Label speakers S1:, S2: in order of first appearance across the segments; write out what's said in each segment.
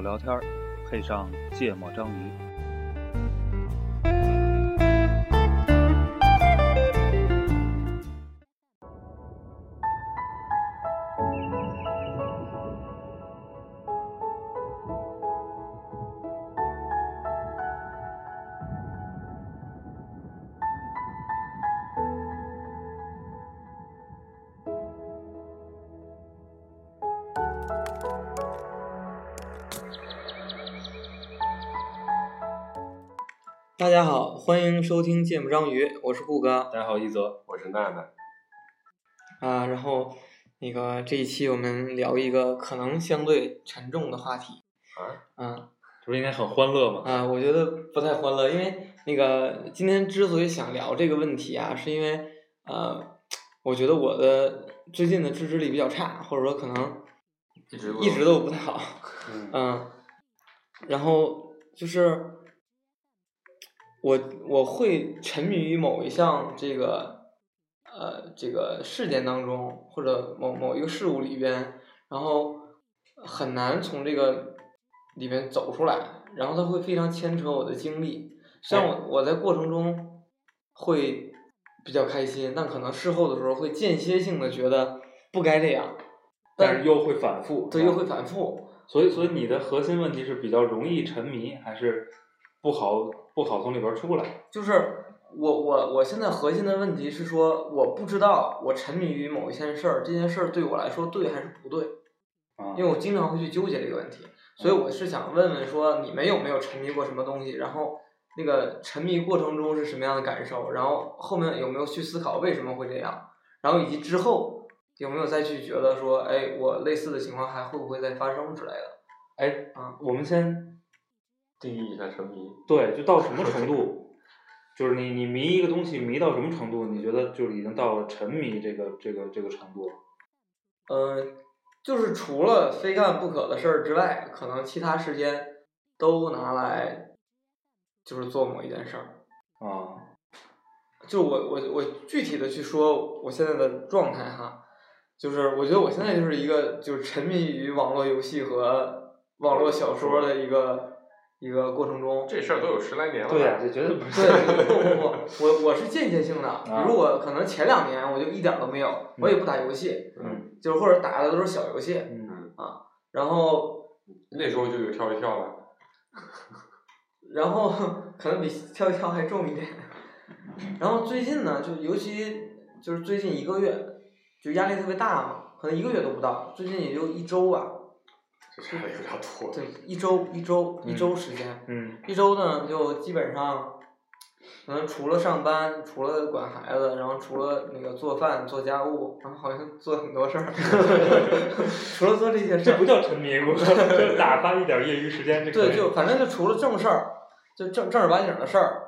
S1: 聊天，配上芥末章鱼。
S2: 大家好，欢迎收听《芥末章鱼》，我是顾哥
S3: 大家好，一泽，我是娜娜。
S2: 啊。然后那个这一期我们聊一个可能相对沉重的话题，
S3: 啊，
S2: 啊
S3: 这不是应该很欢乐吗？
S2: 啊，我觉得不太欢乐，因为那个今天之所以想聊这个问题啊，是因为呃，我觉得我的最近的自制力比较差，或者说可能
S3: 一直
S2: 一直都不太好，
S3: 嗯
S2: 嗯，然后就是我我会沉迷于某一项这个呃这个事件当中，或者某某一个事物里边，然后很难从这个里边走出来，然后它会非常牵扯我的精力。虽
S3: 哎
S2: 然我我在过程中会比较开心，但可能事后的时候会间歇性的觉得不该这样，
S3: 但是又会反复，
S2: 对，
S3: 是
S2: 又
S3: 吧
S2: 会反复。
S3: 所以，所以你的核心问题是比较容易沉迷，还是不好不好从里边出来？
S2: 就是我我我现在核心的问题是说，我不知道我沉迷于某一件事儿，这件事儿对我来说对还是不对，
S3: 啊，
S2: 因为我经常会去纠结这个问题，所以我是想问问说，你们有没有沉迷过什么东西？然后那个沉迷过程中是什么样的感受？然后后面有没有去思考为什么会这样？然后以及之后有没有再去觉得说，哎，我类似的情况还会不会再发生之类的？
S3: 哎，
S2: 啊，
S3: 我们先
S4: 定义一下沉迷，
S3: 对，就到什么程 度？就是你你迷一个东西迷到什么程度？你觉得就是已经到了沉迷这个这个这个程度了？
S2: 嗯，就是除了非干不可的事儿之外，可能其他时间都拿来就是做某一件事儿。
S3: 啊，
S2: 就我我我具体的去说我现在的状态哈，就是我觉得我现在就是一个就是沉迷于网络游戏和网络小说的一个一个过程中。
S4: 这事儿都有十来年了吧。
S3: 对啊呀、这绝对不 是。
S2: 对，不不不，我我是间歇性的，比如我可能前两年我就一点儿都没有，我也不打游戏，
S3: 嗯
S2: 就是或者打的都是小游戏，
S3: 嗯，
S2: 然后
S4: 那时候就有跳一跳了。
S2: 然后 可能比跳一跳还重一点。然后最近呢，就尤其就是最近一个月，就压力特别大嘛，可能一个月都不到，最近也就一周吧，
S4: 这事儿有点多。
S2: 对，一周一周一周时间，
S3: 嗯
S2: 一周呢就基本上，可能除了上班，除了管孩子，然后除了那个做饭做家务，然后好像做很多 事儿， 除了做这些事
S3: 这
S2: 儿
S3: 不，叫沉迷，我 这打发一点业余时间，这可
S2: 对，
S3: 以
S2: 就反正就除了正事儿，就正正儿八经儿的事儿，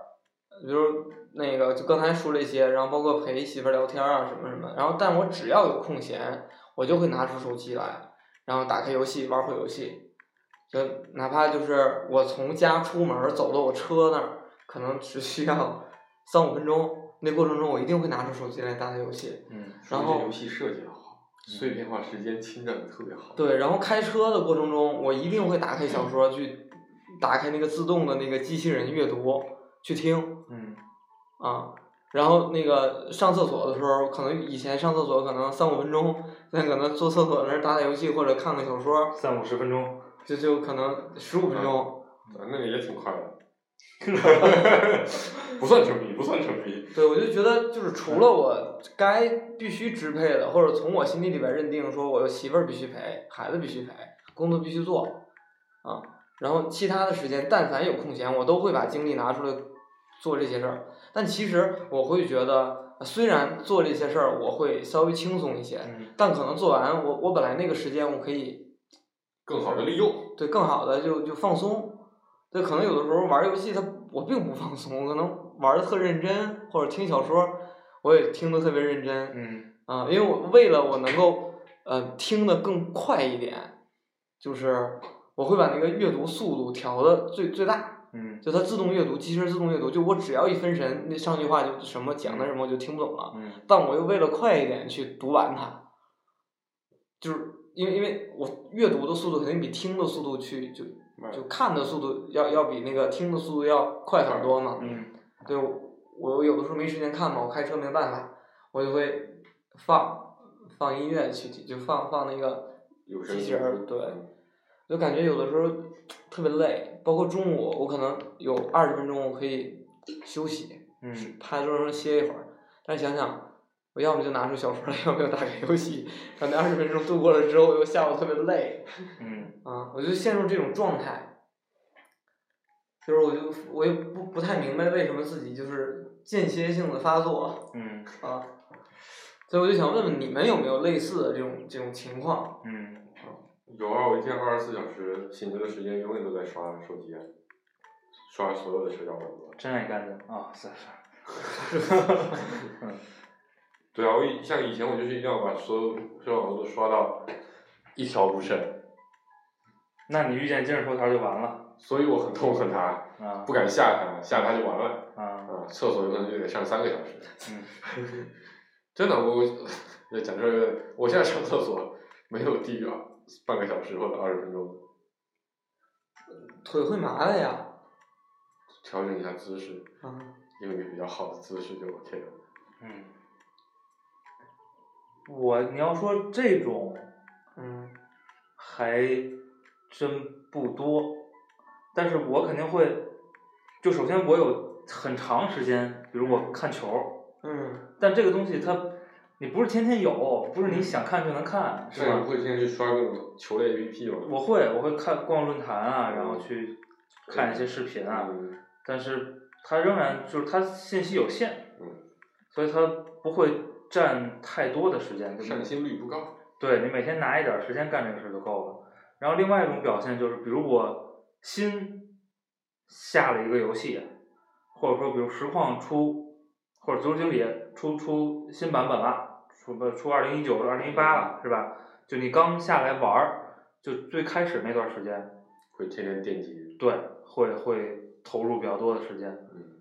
S2: 比如那个就刚才说这些，然后包括陪媳妇儿聊天儿啊什么什么，然后但我只要有空闲，我就会拿出手机来，然后打开游戏玩会儿游戏，就哪怕就是我从家出门儿走到我车那儿，可能只需要 三五分钟，那过程中我一定会拿出手机来打打游戏。
S3: 嗯
S2: 然
S4: 说
S2: 后
S4: 这游戏设计的好，碎片化时间侵占的特别好。
S2: 对，然后开车的过程中，我一定会打开小说去，打开那个自动的那个机器人阅读去听
S3: 嗯
S2: 啊。然后那个上厕所的时候，可能以前上厕所可能三五分钟，现在可能坐厕所那儿打打游戏或者看看小说，
S3: 三五十分钟。
S2: 就就可能十五分钟。
S4: 咱那个也挺快的。 不算沉迷，不算沉迷。
S2: 对，我就觉得就是除了我该必须支配的，或者从我心底里边认定说我的媳妇儿必须陪，孩子必须陪，工作必须做，啊，然后其他的时间，但凡有空闲，我都会把精力拿出来做这些事儿。但其实我会觉得，虽然做这些事儿我会稍微轻松一些，
S3: 嗯
S2: 但可能做完我我本来那个时间我可以
S4: 更好的利用。
S2: 对更好的就就放松。对，可能有的时候玩儿游戏它，我并不放松，我可能玩的特认真，或者听小说儿，我也听得特别认真
S3: 嗯
S2: 啊、因为我为了我能够呃听得更快一点，就是我会把那个阅读速度调的最最大，
S3: 嗯
S2: 就它自动阅读，机器人自动阅读，就我只要一分神，那上句话就什么讲的什么我就听不懂了，
S3: 嗯
S2: 但我又为了快一点去读完它，就是因为因为我阅读的速度肯定比听的速度去就就看的速度要要比那个听的速度要快很多嘛。
S3: 嗯
S2: 对，我有的时候没时间看嘛，我开车没办法，我就会放放音乐去，就放放那个
S4: 有声
S2: 机器
S4: 音
S2: 人儿，对，就感觉有的时候特别累，包括中午我可能有二十分钟我可以休息，
S3: 嗯，
S2: 趴桌上歇一会儿，但是想想。我要么就拿出小说来，要么就打个游戏，把那二十分钟度过了之后，我又下午特别累，
S3: 嗯，
S2: 啊，我就陷入这种状态，就是我就我也不不太明白为什么自己就是间歇性的发作
S3: 嗯，
S2: 啊，所以我就想问问你们有没有类似的这种这种情况？
S3: 嗯，
S4: 有啊，我一天二十四小时醒着的时间永远都在刷手机，啊刷所有的社交网络。
S3: 真爱干净啊，是是，
S4: 对啊，我以像以前我就是一定要把所有社交网络都刷到一条不剩，
S3: 那你遇见今日头条就完了
S4: 所以我很痛恨它，
S3: 啊，
S4: 不敢下它，下它就完了。
S3: 啊，
S4: 啊，厕所有可能就得上三个小时。
S3: 嗯，
S4: 真的，我 我讲这个，我现在上厕所没有低于半个小时或者二十分钟，
S2: 腿会麻的呀，
S4: 调整一下姿势，
S2: 啊，
S4: 用一个比较好的姿势就 OK 了。
S3: 嗯，我你要说这种
S2: 嗯
S3: 还真不多，但是我肯定会，就首先我有很长时间，比如我看球儿，
S2: 嗯
S3: 但这个东西它你不是天天有，不是你想看就能看，是
S4: 那你
S3: 吧？
S4: 会天天去刷各种球类 APP 吗？
S3: 我会我会看逛论坛啊，然后去看一些视频啊，
S4: 嗯
S3: 但是它仍然就是它信息有限
S4: 嗯，
S3: 所以它不会占太多的时间，就
S2: 嗯
S4: 上心率不高。
S3: 对你每天拿一点儿时间干这个事儿就够了。然后另外一种表现就是，比如我新下了一个游戏，或者说比如实况出，或者足球经理出出新版本了，出不出二零一九、二零一八了，是吧？就你刚下来玩儿，就最开始那段时间，
S4: 会天天惦记。
S3: 对，会会投入比较多的时间。
S4: 嗯，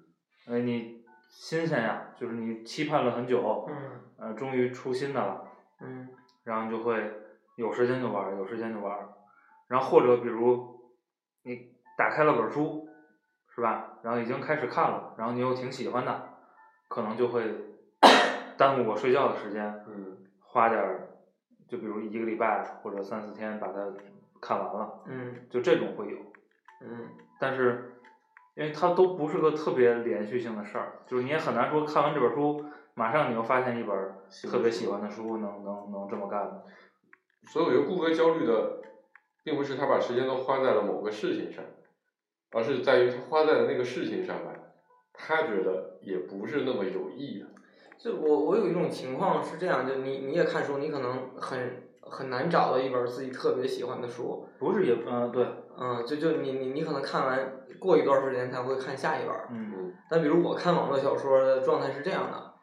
S3: 呃，你新鲜呀，就是你期盼了很久，
S2: 嗯
S3: 呃，终于出新的了。
S2: 嗯
S3: 然后你就会有时间就玩儿，有时间就玩儿。然后或者比如你打开了本儿书，是吧？然后已经开始看了，然后你又挺喜欢的，可能就会 耽误我睡觉的时间，
S4: 嗯，
S3: 花点儿，就比如一个礼拜或者三四天把它看完了，
S2: 嗯
S3: 就这种会有。
S2: 嗯
S3: 但是因为它都不是个特别连续性的事儿，就是你也很难说看完这本书，马上你又发现一本儿
S4: 新的
S3: 特别
S4: 书
S3: 喜欢的书能能能这么干的。
S4: 所以我觉得顾哥焦虑的，并不是他把时间都花在了某个事情上，而是在于他花在了那个事情上吧，他觉得也不是那么有意义的。
S2: 就我我有一种情况是这样，就你你也看书，你可能很很难找到一本自己特别喜欢的书，
S3: 不是也嗯、对，
S2: 嗯，就就你你你可能看完过一段时间才会看下一本，
S3: 嗯
S4: 嗯
S2: 但比如我看网络小说的状态是这样的，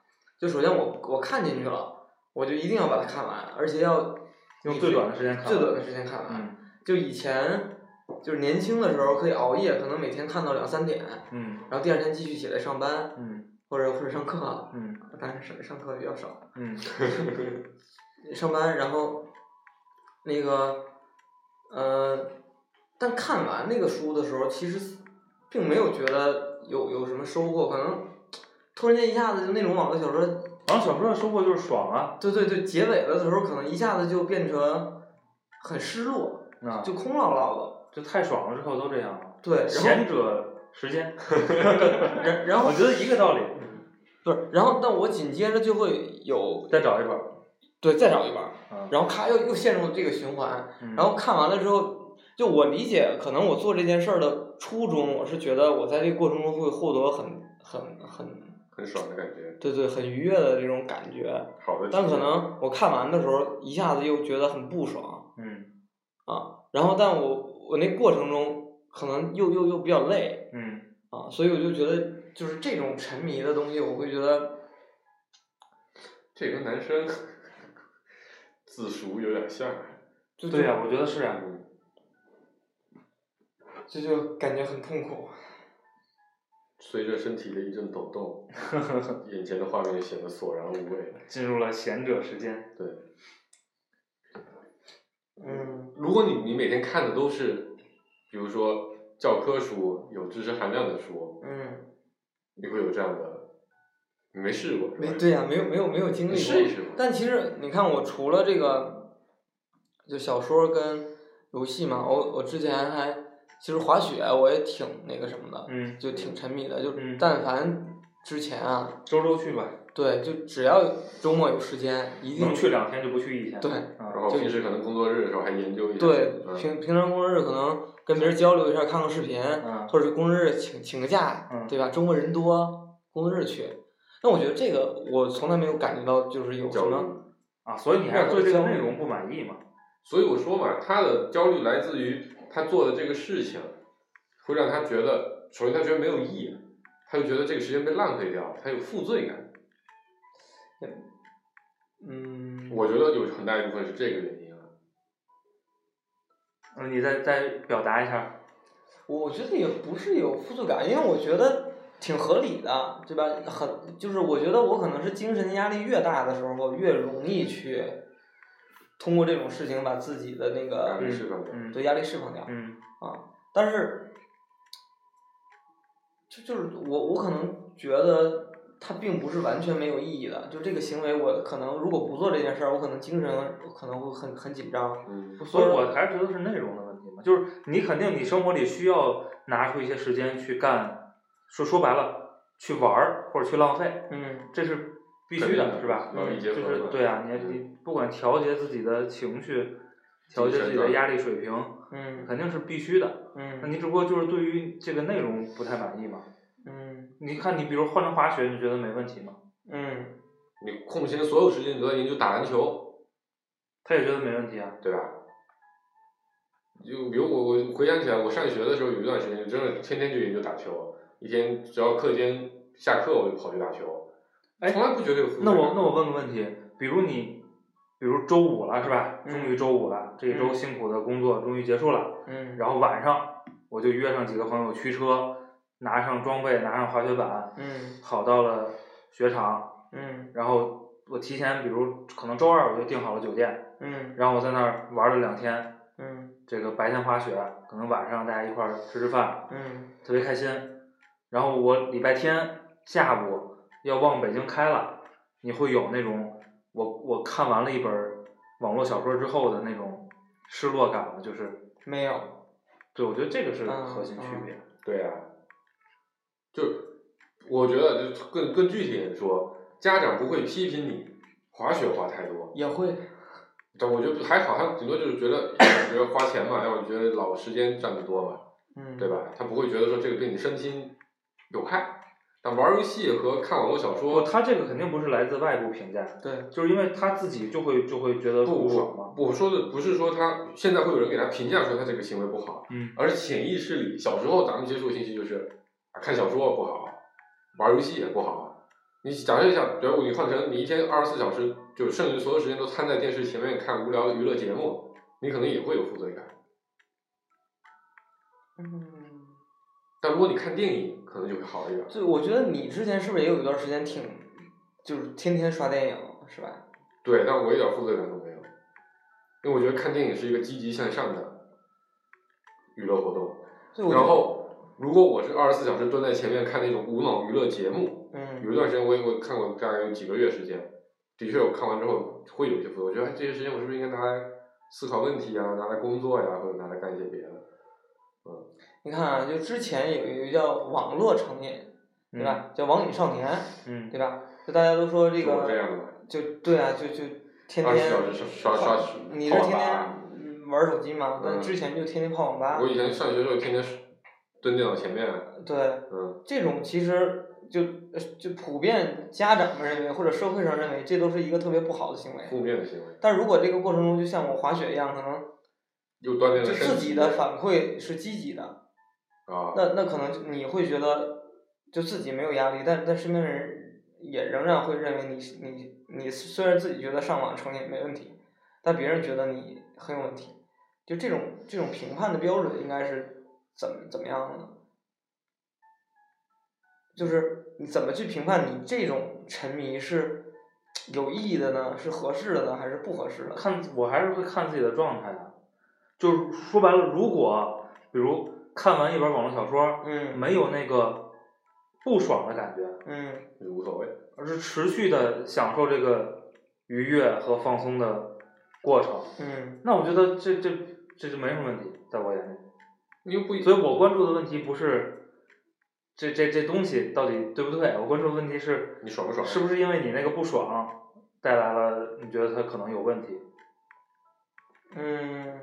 S2: 就首先我我看进去了，我就一定要把它看完，而且要
S3: 用最短的时间看完
S2: 最短的时间看完。
S3: 嗯
S2: 就以前就是年轻的时候可以熬夜，可能每天看到两三点，
S3: 嗯
S2: 然后第二天继续起来上班
S3: 嗯
S2: 或者或者上课，
S3: 嗯
S2: 但是上上课比较少，
S3: 嗯
S2: 上班然后那个呃，但看完那个书的时候，其实并没有觉得有有什么收获，可能突然间一下子就那种网络小说。
S3: 然后小时候的收获就是爽啊，
S2: 对对对，结尾的时候可能一下子就变成很失落，
S3: 那
S2: 就空落落
S3: 就太爽了，之后都这样了
S2: 的。。对，然
S3: 闲呃者时间，
S2: 后然然后
S3: 我觉得一个道理，
S2: 不是，然后但我紧接着就会有
S3: 再找一本儿，
S2: 对再找一本儿，
S3: 嗯，
S2: 然后咔又又陷入这个循环，
S3: 嗯
S2: 然后看完了之后，就我理解，可能我做这件事儿的初衷，我是觉得我在这个过程中会获得很很很
S4: 很爽的感觉，
S2: 对对很愉悦的这种感觉，
S4: 好的体验。
S2: 但可能我看完的时候一下子又觉得很不爽。
S3: 嗯
S2: 啊，然后但我我那过程中可能又又又比较累
S3: 嗯
S2: 啊，所以我就觉得就是这种沉迷的东西，我会觉得
S4: 这跟男生 自熟有点像。啊
S2: 就
S3: 对呀、我觉得是呀、
S4: 嗯，
S2: 就就感觉很痛苦。
S4: 随着身体的一阵 抖动，眼前的画面显得索然无味。
S3: 进入了闲者时间，
S4: 对，
S2: 嗯
S4: 如果你你每天看的都是，比如说教科书有知识含量的书，
S2: 嗯，
S4: 你会有这样的，你没试过是吧？
S2: 没对呀、没有没有没有经历
S4: 你
S2: 过。
S4: 试一试吧。
S2: 但其实你看，我除了这个，就小说跟游戏嘛，我我之前还其实滑雪我也挺那个什么的，
S3: 嗯，
S2: 就挺沉迷的。就
S3: 嗯
S2: 但凡之前啊，
S3: 周周去吧，
S2: 对，就只要周末有时间，一定
S3: 能去两天就不去一天。
S2: 嗯对
S4: 然
S3: 啊，
S4: 后平时可能工作日的时候还研究一下。
S2: 对
S4: 嗯、
S2: 平平常工作日可能跟别人交流一下，看看视频，
S3: 嗯
S2: 或者是工作日请请个假，
S3: 嗯
S2: 对吧？周末人多，工作日去。那我觉得这个我从来没有感觉到就是有什
S4: 焦虑
S2: 么，
S3: 啊，所以你还是对这个内容不满意嘛？
S4: 所以我说嘛，他的焦虑来自于他做的这个事情，会让他觉得，首先他觉得没有意义，他就觉得这个时间被浪费掉，他有负罪感。
S2: 嗯，
S4: 我觉得有很大一部分是这个原因啊。
S3: 嗯，你再再表达一下。
S2: 我觉得也不是有负罪感，因为我觉得挺合理的，对吧？很就是我觉得我可能是精神压力越大的时候，越容易去通过这种事情把自己的那
S4: 压
S2: 个
S4: 力释放掉。
S3: 嗯，
S2: 对压力释放掉。
S3: 嗯
S2: 但是，就就是我我可能觉得它并不是完全没有意义的，就这个行为我可能如果不做这件事儿，我可能精神可能会很很紧张。
S4: 嗯，
S3: 所以我还是觉得是内容的问题嘛，就是你肯定你生活里需要拿出一些时间去干，说说白了，去玩儿或者去浪费，
S2: 嗯
S3: 这是必须
S4: 肯定
S3: 的，
S4: 的
S3: 是吧？
S4: 劳逸结
S3: 就
S4: 合嘛
S3: 是对啊，你
S4: 嗯
S3: 你不管调节自己的情绪，调节自己的压力水平，
S2: 嗯
S3: 肯定是必须的。那
S2: 嗯
S3: 你只不过就是对于这个内容不太满意嘛？
S2: 嗯
S3: 你看，你比如换成滑雪，你觉得没问题吗？
S2: 嗯
S4: 你空闲所有时间你都在研究打篮球，
S3: 他也觉得没问题啊。
S4: 对吧？就比如我我回想起来，我上学的时候有一段时间，就真的天天就研究打球，一天只要课间下课我就跑去打球，
S3: 哎
S4: 从来不觉得有负罪
S3: 那
S4: 感。
S3: 我那我问个问题，比如你，比如周五了是吧？
S2: 嗯
S3: 终于周五了，这一周
S2: 嗯
S3: 辛苦的工作终于结束了。
S2: 嗯，
S3: 然后晚上我就约上几个朋友驱车，拿上装备，拿上滑雪板，
S2: 嗯
S3: 跑到了雪场，
S2: 嗯
S3: 然后我提前，比如可能周二我就订好了酒店，
S2: 嗯
S3: 然后我在那儿玩了两天，
S2: 嗯
S3: 这个白天滑雪，可能晚上大家一块儿吃吃饭，
S2: 嗯
S3: 特别开心。然后我礼拜天下午要往北京开了，你会有那种我我看完了一本网络小说之后的那种失落感吗？就是，
S2: 没有，
S3: 对我觉得这个是
S2: 嗯
S3: 核心区
S2: 嗯
S3: 别。
S4: 对啊，就是我觉得就是更更具体点说，家长不会批评你滑雪滑太多，
S2: 也会，
S4: 但我觉得还好，他顶多就是觉得觉得花钱嘛，要么觉得老时间占的多嘛，
S2: 嗯，
S4: 对？吧？他不会觉得说这个对你身心有害。但玩游戏和看网络小
S3: 不，
S4: 说，
S3: 他这个肯定不是来自外部评价，
S2: 对，
S3: 就是因为他自己就会就会觉得不
S4: 不不
S3: 爽嘛。
S4: 不，我说的不是说他现在会有人给他评价说他这个行为不好，
S3: 嗯，
S4: 而是潜意识里小时候咱们接触的信息就是，啊看小说不好，玩游戏也不好。你假设一下，比如你换成你一天二十四小时，就甚至所有时间都瘫在电视前面看无聊的娱乐节目，你可能也会有负罪感。
S2: 嗯，
S4: 但如果你看电影，可能就会好一点。
S2: 就我觉得你之前是不是也有一段时间挺，就是天天刷电影，是吧？
S4: 对，但我一点负罪感都没有，因为我觉得看电影是一个积极向上的娱乐活动。
S2: 对，我觉得
S4: 然，后，如果我是二十四小时蹲在前面看那种无脑娱乐节目，有
S2: 嗯
S4: 一段时间我也我看过大概有几个月时间，的确我看完之后会有一些负罪，我觉得哎这些时间我是不是应该拿来思考问题啊，拿来工作呀、或者拿来干一些别的。
S2: 你看啊，就之前有一个叫网络成瘾，对吧？叫网瘾少年，
S3: 嗯？
S2: 对吧？就大家都说这
S4: 就我
S2: 个，
S4: 这样的吧，
S2: 就对啊，就就天
S4: 二十
S2: 天
S4: 小时刷刷刷
S2: 你是
S4: 泡
S2: 天天
S4: 吧。
S2: 嗯玩手机嘛？但
S4: 嗯
S2: 之前就天天泡网吧
S4: 我，以前上学的时候天天蹲电脑前面，
S2: 对，
S4: 嗯，
S2: 这种其实就呃就普遍家长们认为或者社会上认为这都是一个特别不好的行为，
S4: 负面的行为，
S2: 但如果这个过程中就像我滑雪一样，可能
S4: 又锻炼
S2: 就
S4: 了身体。
S2: 自己的反馈是积极的，
S4: 啊，
S2: 那那可能就你会觉得就自己没有压力，但但身边的人也仍然会认为你是你你虽然自己觉得上网成瘾没问题，但别人觉得你很有问题。就这种这种评判的标准应该是怎么怎么样的呢？就是你怎么去评判你这种沉迷是有意义的呢？是合适的呢，还是不合适的？
S3: 看我还是会看自己的状态啊，就是说白了，如果比如看完一本网络小说，
S2: 嗯
S3: 没有那个不爽的感觉，
S2: 嗯
S4: 也无所谓。
S3: 而是持续的享受这个愉悦和放松的过程，
S2: 嗯
S3: 那我觉得这这这就没什么问题，在我眼里。
S4: 你又不
S3: 所以我关注的问题不是这这这东西到底对不对，我关注的问题是
S4: 你爽不爽
S3: 是不是因为你那个不爽带来了你觉得它可能有问题？
S2: 嗯，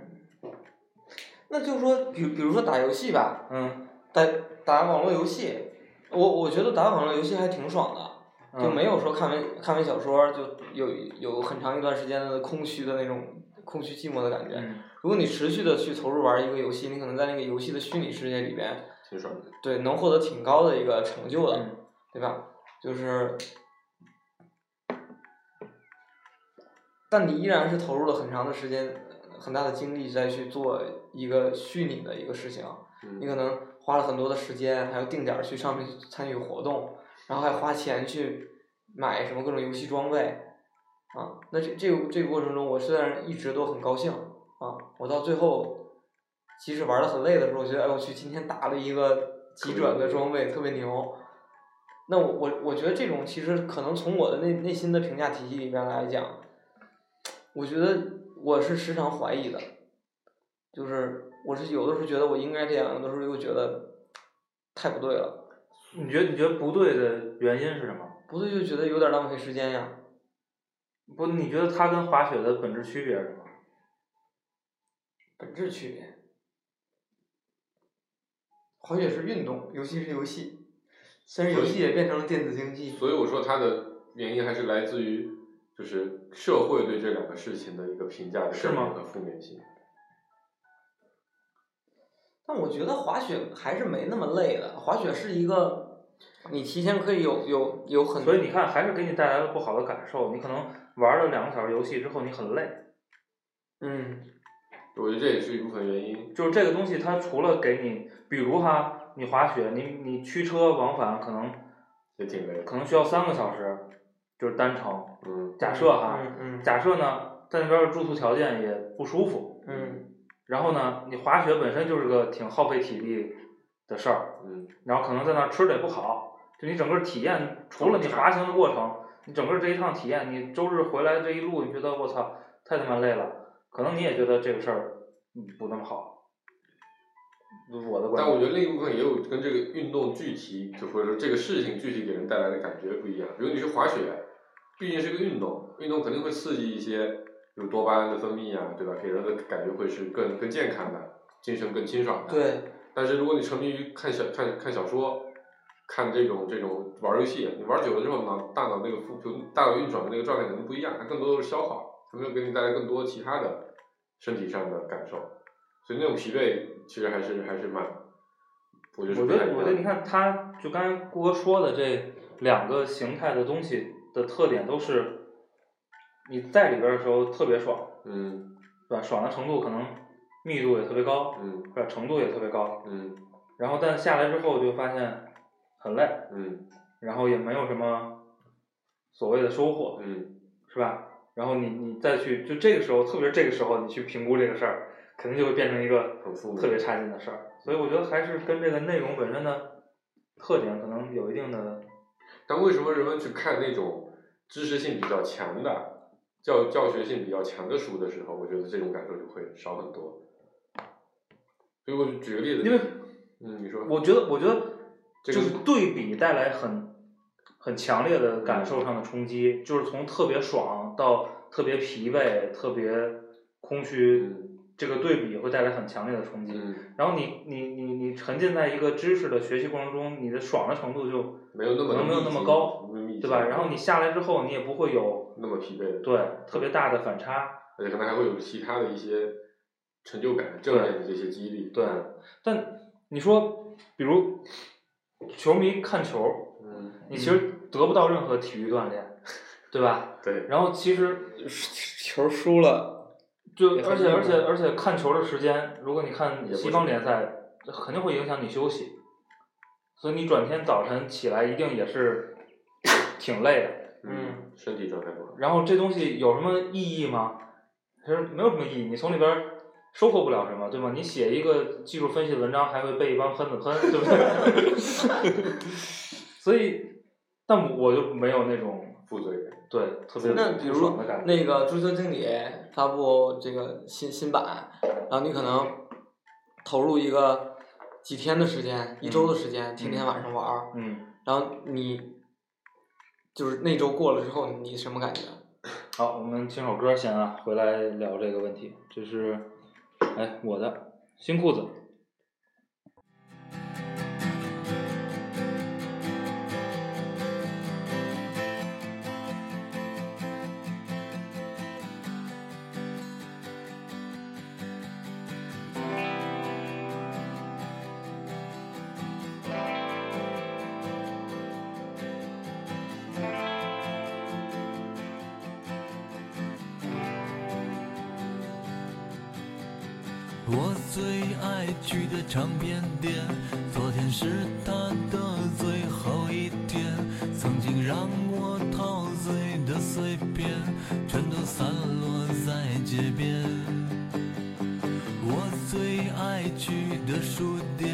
S2: 那就是说，比比如说打游戏吧，
S3: 嗯，
S2: 打打网络游戏，我我觉得打网络游戏还挺爽的，
S3: 嗯
S2: 就没有说看完看完小说就有有很长一段时间的空虚的那种空虚寂寞的感觉。
S3: 嗯
S2: 如果你持续的去投入玩一个游戏，你可能在那个游戏的虚拟世界里边，
S4: 挺爽的？
S2: 对，能获得挺高的一个成就的，
S3: 嗯
S2: 对吧？就是，但你依然是投入了很长的时间、很大的精力在去做一个虚拟的一个事情，
S4: 嗯
S2: 你可能花了很多的时间，还要定点儿去上面去参与活动，然后还花钱去买什么各种游戏装备，啊，那这这个这个过程中，我虽然一直都很高兴啊，我到最后，即使玩的很累的时候，我觉得哎我去，今天打了一个急转的装备，特别牛。那我我我觉得这种其实可能从我的内内心的评价体系里边来讲，我觉得我是时常怀疑的，就是我是有的时候觉得我应该这样，有的时候又觉得太不对了，
S3: 你觉得你觉得不对的原因是什么？
S2: 不对就觉得有点浪费时间呀。
S3: 不，你觉得它跟滑雪的本质区别是什么？
S2: 本质区别。滑雪是运动，游戏是游戏，虽然游戏也变成了电子竞技。
S4: 所以我说它的原因还是来自于就是社会对这两个事情的一个评价的
S3: 是
S4: 正
S3: 吗
S4: 面和负面性。
S2: 但我觉得滑雪还是没那么累的，滑雪是一个你提前可以有有有很
S3: 所以你看，还是给你带来了不好的感受。你可能玩了两个小时游戏之后，你很累。
S2: 嗯
S4: 我觉得这也是一部分原因。
S3: 就是这个东西，它除了给你，比如哈，你滑雪，你你驱车往返可能
S4: 也挺累的，
S3: 可能需要三个小时，就是单程。
S4: 嗯，
S3: 假设哈，
S2: 嗯嗯
S3: 假设呢，在那边的住宿条件也不舒服，
S2: 嗯
S3: 然后呢，你滑雪本身就是个挺耗费体力的事儿，
S4: 嗯，
S3: 然后可能在那儿吃的也不好，就你整个体验，除了你滑行的过程，你整个这一趟体验，你周日回来这一路，你觉得我操，太他妈累了，可能你也觉得这个事儿嗯不那么好，我的观点。
S4: 但我觉得另一部分也有跟这个运动具体，就或者说这个事情具体给人带来的感觉不一样。比如你去滑雪，毕竟是个运动，运动肯定会刺激一些，比如多巴胺的分泌啊，对吧？给人的感觉会是更更健康的，精神更清爽的。。
S2: 对
S4: 但是如果你沉迷于看小看看小说，看这种这种玩儿游戏，你玩久了之后，脑大脑那个复就大脑运转的那个状态可能不一样，它更多的是消耗，它没有给你带来更多其他的身体上的感受，所以那种疲惫其实还是还是蛮，我觉得是
S3: 我
S4: 不
S3: 觉
S4: 太
S3: 得，
S4: 一
S3: 我觉得
S4: 样
S3: 你
S4: 的。
S3: 看，他就刚才郭哥说的这两个形态的东西的特点都是，你在里边儿的时候特别爽，
S4: 嗯
S3: 对吧？爽的程度可能密度也特别高，
S4: 嗯
S3: 或者程度也特别高。
S4: 嗯
S3: 然后，但下来之后就发现很累，
S4: 嗯
S3: 然后也没有什么所谓的收获，
S4: 嗯，
S3: 是吧？然后你你再去，就这个时候，特别是这个时候，你去评估这个事儿，肯定就会变成一个
S4: 很负面。
S3: 特别差劲的事儿。所以我觉得还是跟这个内容本身的特点可能有一定的，
S4: 但为什么人们去看那种知识性比较强的、教教学性比较强的书的时候，我觉得这种感受就会少很多。所以我举个例子，
S3: 因为
S4: 嗯，你说，
S3: 我觉得我觉得
S4: 这
S3: 就
S4: 个
S3: 是对比带来很很强烈的感受上的冲击，就是从特别爽到特别疲惫、特别空虚
S4: 嗯，
S3: 这个对比会带来很强烈的冲击。
S4: 嗯，
S3: 然后你你你你沉浸在一个知识的学习过程中，你的爽的程度就
S4: 没有那么
S3: 可能没有那么高，
S4: 密集
S3: 对吧？然后你下来之后，你也不会有
S4: 那么疲惫，
S3: 对特别大的反差。
S4: 而且可能还会有其他的一些成就感、正面的这些激励。
S3: 对，但你说，比如球迷看球，
S4: 嗯，
S3: 你其实得不到任何体育锻炼，对吧？
S4: 对，
S3: 然后其实
S2: 球输了，
S3: 就
S2: 也很
S3: 而且
S2: 正
S3: 而且
S2: 常
S3: 而且看球的时间，如果你看
S4: 不
S3: 西方
S4: 是
S3: 联赛，肯定会影响你休息，所以你转天早晨起来一定也是挺累的。
S2: 嗯，
S4: 身体状态不好，
S3: 然后这东西有什么意义吗？其实没有什么意义。你从里边儿收获不了什么，对吗？你写一个技术分析的文章，还会被一帮喷子喷，对不对？ 所以，但我就没有那种
S4: 负罪感。
S3: 对特别
S2: 那比
S3: 不
S2: 如
S3: 爽的感觉。
S2: 那个足球经理发布这个新新版，然后你可能投入一个几天的时间，一周的时间，天天晚上玩儿，
S3: 嗯，
S2: 然后你就是那周过了之后，你什么感觉？
S3: 好，我们听首歌先啊，回来聊这个问题。这是，哎，我的新裤子。
S5: 我最爱去的唱片店，昨天是他的最后一天，曾经让我陶醉的碎片，全都散落在街边。我最爱去的书店，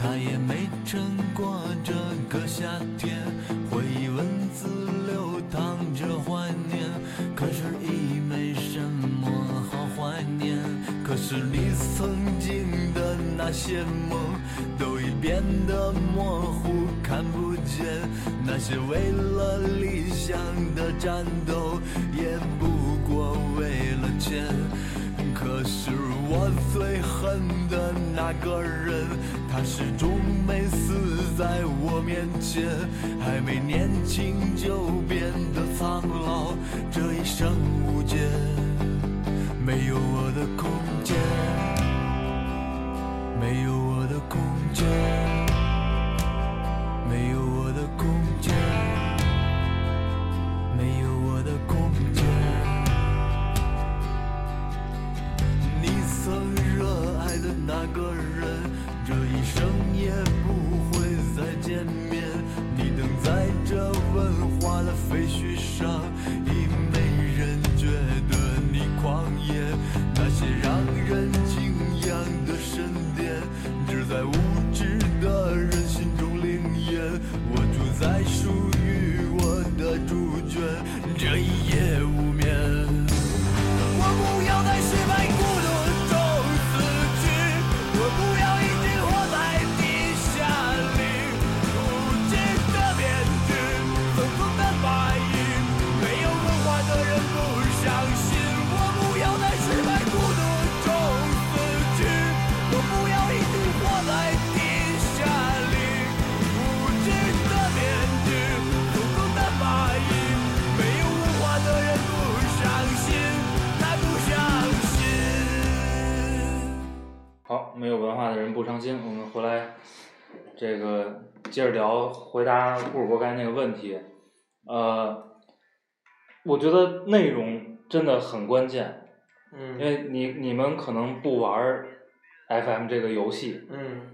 S5: 它也没撑过这个夏天，回忆文字流淌着怀念，可是已没什么好怀念。可是你曾经的那些梦，都已变得模糊，看不见。那些为了理想的战斗，也不过为了钱。可是我最恨的那个人，他始终没死在我面前，还没年轻就变得苍老，这一生无解，没有我的空间，没有我的空间，没有我的空间，没有我的空间。你曾热爱的那个人，这一生也不会再见面。你等在这文化的废墟上，已没人觉得你狂野。那些让人敬仰的神殿，只在无知的人心中灵验。我住在属于我的猪圈，这一夜无眠。我不要在失败孤独中死去，我不要一直活在地下里。无知的面具，匆匆的发育，没有文化的人不伤心。我不要在失败孤独中死去，我不要一直活在地下里。无知的面具，匆匆的发育，没有文化的人不伤心。他不相信。
S3: 好，没有文化的人不伤心。我们回来，这个接着聊，回答布尔伯盖那个问题。呃，我觉得内容真的很关键，因
S2: 嗯
S3: 为你你们可能不玩儿 FM 这个游戏，
S2: 嗯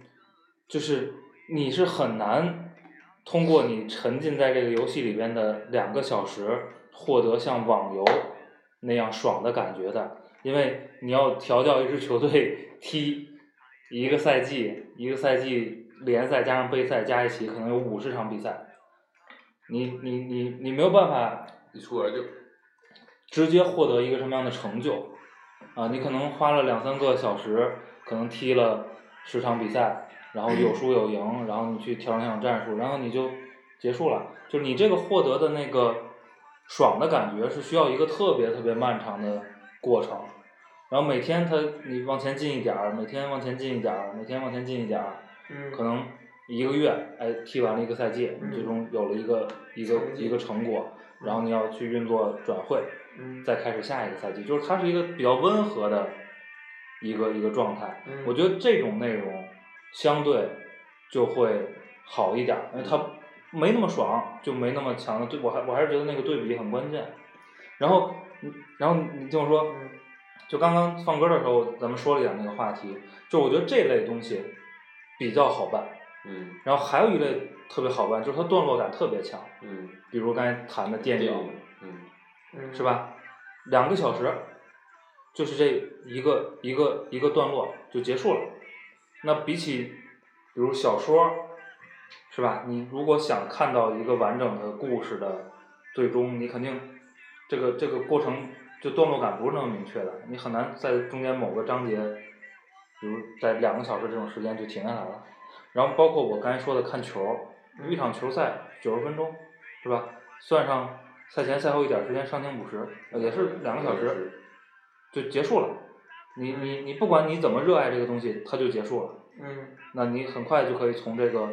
S3: 就是你是很难通过你沉浸在这个游戏里边的两个小时，获得像网游那样爽的感觉的，因为你要调教一支球队踢一个赛季，一个赛季联赛加上杯赛加一起，可能有五十场比赛，你你你你没有办法
S4: 一出来就
S3: 直接获得一个什么样的成就啊？你可能花了两三个小时，可能踢了十场比赛，然后有输有赢，然后你去调整调整战术，然后你就结束了。就是你这个获得的那个爽的感觉是需要一个特别特别漫长的过程。然后每天他你往前进一点儿，每天往前进一点儿，每天往前进一点儿，
S2: 嗯，
S3: 可能一个月，哎，踢完了一个赛季，你最终有了一个一个
S2: 成绩
S3: 一个成果，然后你要去运作转会，
S2: 嗯
S3: 再开始下一个赛季，就是它是一个比较温和的一个一个状态。
S2: 嗯
S3: 我觉得这种内容相对就会好一点儿，因为它没那么爽，就没那么强的对我还我还是觉得那个对比很关键。然后你，然后你听我说
S2: 嗯，
S3: 就刚刚放歌的时候，咱们说了一点那个话题，就我觉得这类东西比较好办。
S4: 嗯
S3: 然后还有一类特别好办，就是它段落感特别强，
S4: 嗯
S3: 比如刚才谈的电
S4: 电
S3: 影
S4: 影，嗯
S2: 嗯
S3: 是？吧？两个小时，就是这一个一个一个段落就结束了。那比起比如小说，是吧？你如果想看到一个完整的故事的最终，你肯定这个这个过程就段落感不是那么明确的，你很难在中间某个章节，比如在两个小时这种时间就停下来了。然后包括我刚才说的看球，一场球赛九十分钟，是吧？算上赛前赛后一点儿时间，上庭补时，呃也是两个小
S4: 两个小
S3: 时
S4: 时
S3: 就结束了。你你你不管你怎么热爱这个东西，它就结束了。
S2: 嗯
S3: 那你很快就可以从这个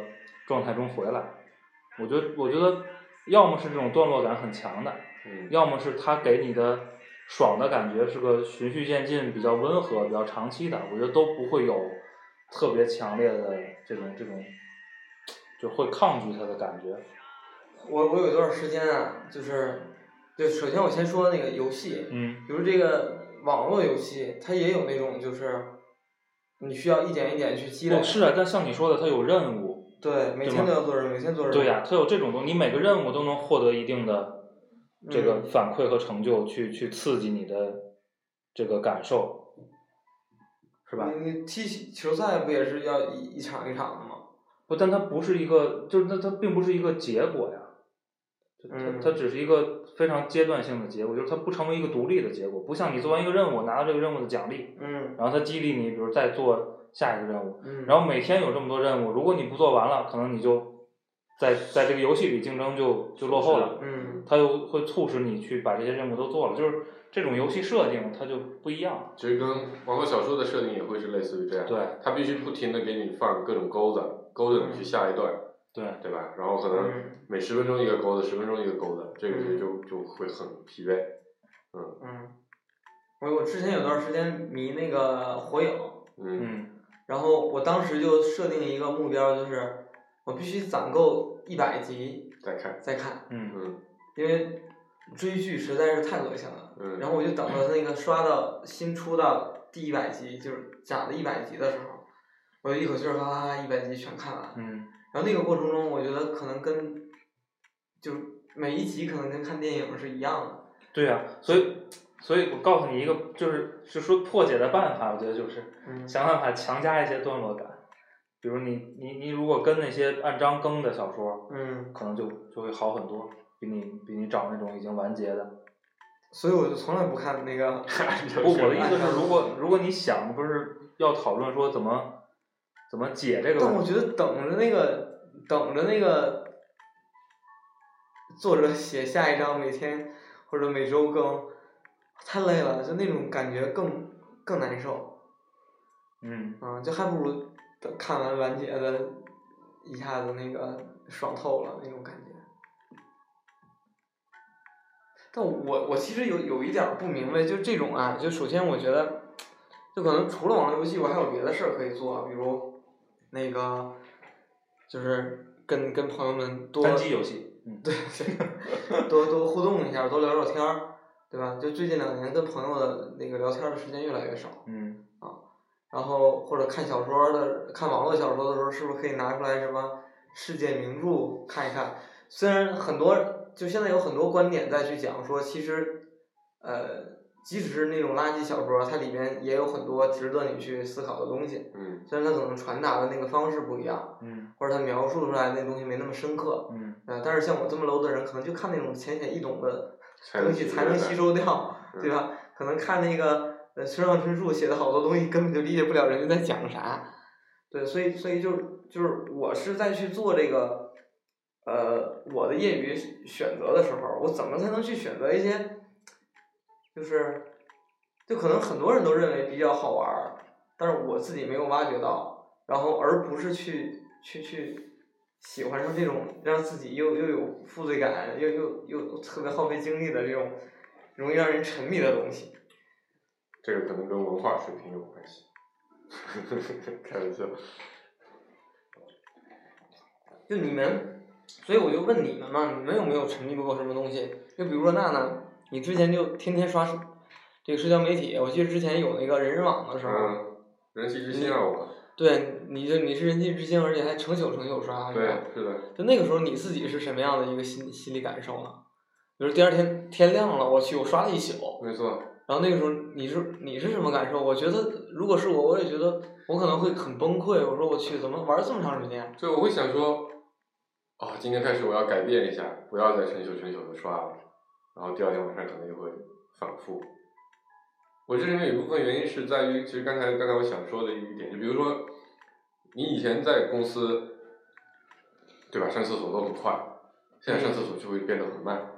S3: 状态中回来。我觉得我觉得，要么是这种段落感很强的，
S4: 嗯，
S3: 要么是它给你的爽的感觉是个循序渐进、比较温和、比较长期的，我觉得都不会有特别强烈的这种这种就会抗拒它的感觉。
S2: 我我有一段时间啊，就是，就首先我先说那个游戏，
S3: 嗯
S2: 比如这个网络游戏，它也有那种就是，你需要一点一点去积累，
S3: 哦，是啊，但像你说的，它有任务，
S2: 对，每
S3: 对
S2: 天
S3: 吗
S2: 都要做任务，每天做任务，
S3: 对呀、它有这种东西，你每个任务都能获得一定的这个
S2: 嗯
S3: 反馈和成就，去去刺激你的这个感受，是吧？
S2: 你你踢球赛不也是要一一场一场的吗？
S3: 不，但它不是一个，就是它它并不是一个结果呀，就它
S2: 嗯
S3: 它只是一个非常阶段性的结果，就是它不成为一个独立的结果，不像你做完一个任务拿到这个任务的奖励，
S2: 嗯
S3: 然后它激励你，比如再做下一个任务，
S2: 嗯，
S3: 然后每天有这么多任务，如果你不做完了，可能你就在在这个游戏里竞争就就落后了，
S2: 嗯
S3: 它又会促使你去把这些任务都做了，就是这种游戏设定它就不一样，
S4: 其实跟网络小说的设定也会是类似于这样，
S3: 对
S4: 它必须不停的给你放各种钩子，钩子你去下一段，
S3: 对，
S4: 对吧？然后可能
S2: 嗯
S4: 每十分钟一个钩子，十分钟一个钩子，这个其实就就会很疲惫。
S2: 嗯，我我之前有段时间迷那个火影，
S4: 嗯
S3: 嗯
S2: 然后我当时就设定一个目标，就是我必须攒够一百集
S4: 再看，
S2: 再看，
S3: 嗯
S4: 嗯
S2: 因为追剧实在是太恶心了。
S4: 嗯，
S2: 然后我就等到他那个刷到新出到第一百集，就是假的一百集的时候，我就一口气儿哗一百集全看完。
S3: 嗯
S2: 然后那个过程中，我觉得可能跟就是每一集可能跟看电影是一样的。
S3: 对呀、所以所以我告诉你一个，就是就说破解的办法，我觉得就是。
S2: 嗯
S3: 想办法强加一些段落感。比如你你你如果跟那些按章更的小说，
S2: 嗯，
S3: 可能就就会好很多，比你比你找那种已经完结的。
S2: 所以我就从来不看那个。
S3: 不，我的意思是，如果如果你想不是要讨论说怎么怎么解这个
S2: 但我
S3: 问题，
S2: 觉得等着那个，等着那个作者写下一章，每天或者每周更，太累了，就那种感觉更更难受。
S3: 嗯，
S2: 嗯，就还不如等看完完结的，一下子那个爽透了那种感觉。但我我其实有有一点儿不明白，就这种啊，就首先我觉得，就可能除了网络游戏，我还有别的事儿可以做，啊比如那个就是跟跟朋友们多
S3: 单机游戏，嗯，
S2: 对，多多互动一下，多聊聊天儿，对吧？就最近两年跟朋友的那个聊天儿的时间越来越少。
S3: 嗯
S2: 然后或者看小说的，看网络小说的时候，是不是可以拿出来什么世界名著看一看？虽然很多就现在有很多观点再去讲说，其实，呃，即使是那种垃圾小说，它里面也有很多值得你去思考的东西。
S4: 嗯
S2: 虽然它可能传达的那个方式不一样，
S3: 嗯
S2: 或者它描述出来的那东西没那么深刻，
S3: 嗯，
S2: 呃，但是像我这么 low 的人，可能就看那种浅显易懂的
S4: 才
S2: 东西才能吸收掉，
S4: 嗯
S2: 对吧？可能看那个呃村上春树写的好多东西，根本就理解不了人家在讲啥。对，所以所以就是就是我是在去做这个，呃，我的业余选择的时候，我怎么才能去选择一些，就是，就可能很多人都认为比较好玩儿，但是我自己没有挖掘到，然后而不是去去去喜欢上这种让自己又又有负罪感，又又又特别耗费精力的这种容易让人沉迷的东西。
S4: 这个可能跟文化水平有关系。 开玩笑，
S2: 就你们，所以我就问你们嘛，你们有没有沉迷过什么东西？就比如说娜娜，你之前就天天刷社这个社交媒体，我记得之前有那个人人网的时候，
S4: 嗯，人气之心啊，我，
S2: 对，你就你是人气之星，而且还成宿成宿刷，是吧
S4: 对，是的，
S2: 就那个时候你自己是什么样的一个心心理感受呢？比如第二天天亮了，我去，我刷了一宿，
S4: 没错，
S2: 然后那个时候你是你是什么感受？我觉得如果是我，我也觉得我可能会很崩溃。我说我去，怎么玩这么长时间？
S4: 所以我会想说，啊、今天开始我要改变一下，不要再成宿成宿的刷了。然后第二天晚上可能就会反复。我这里面有一部分原因是在于，其实刚才刚才我想说的一点，就比如说，你以前在公司，对吧？上厕所都很快，现在上厕所就会变得很慢。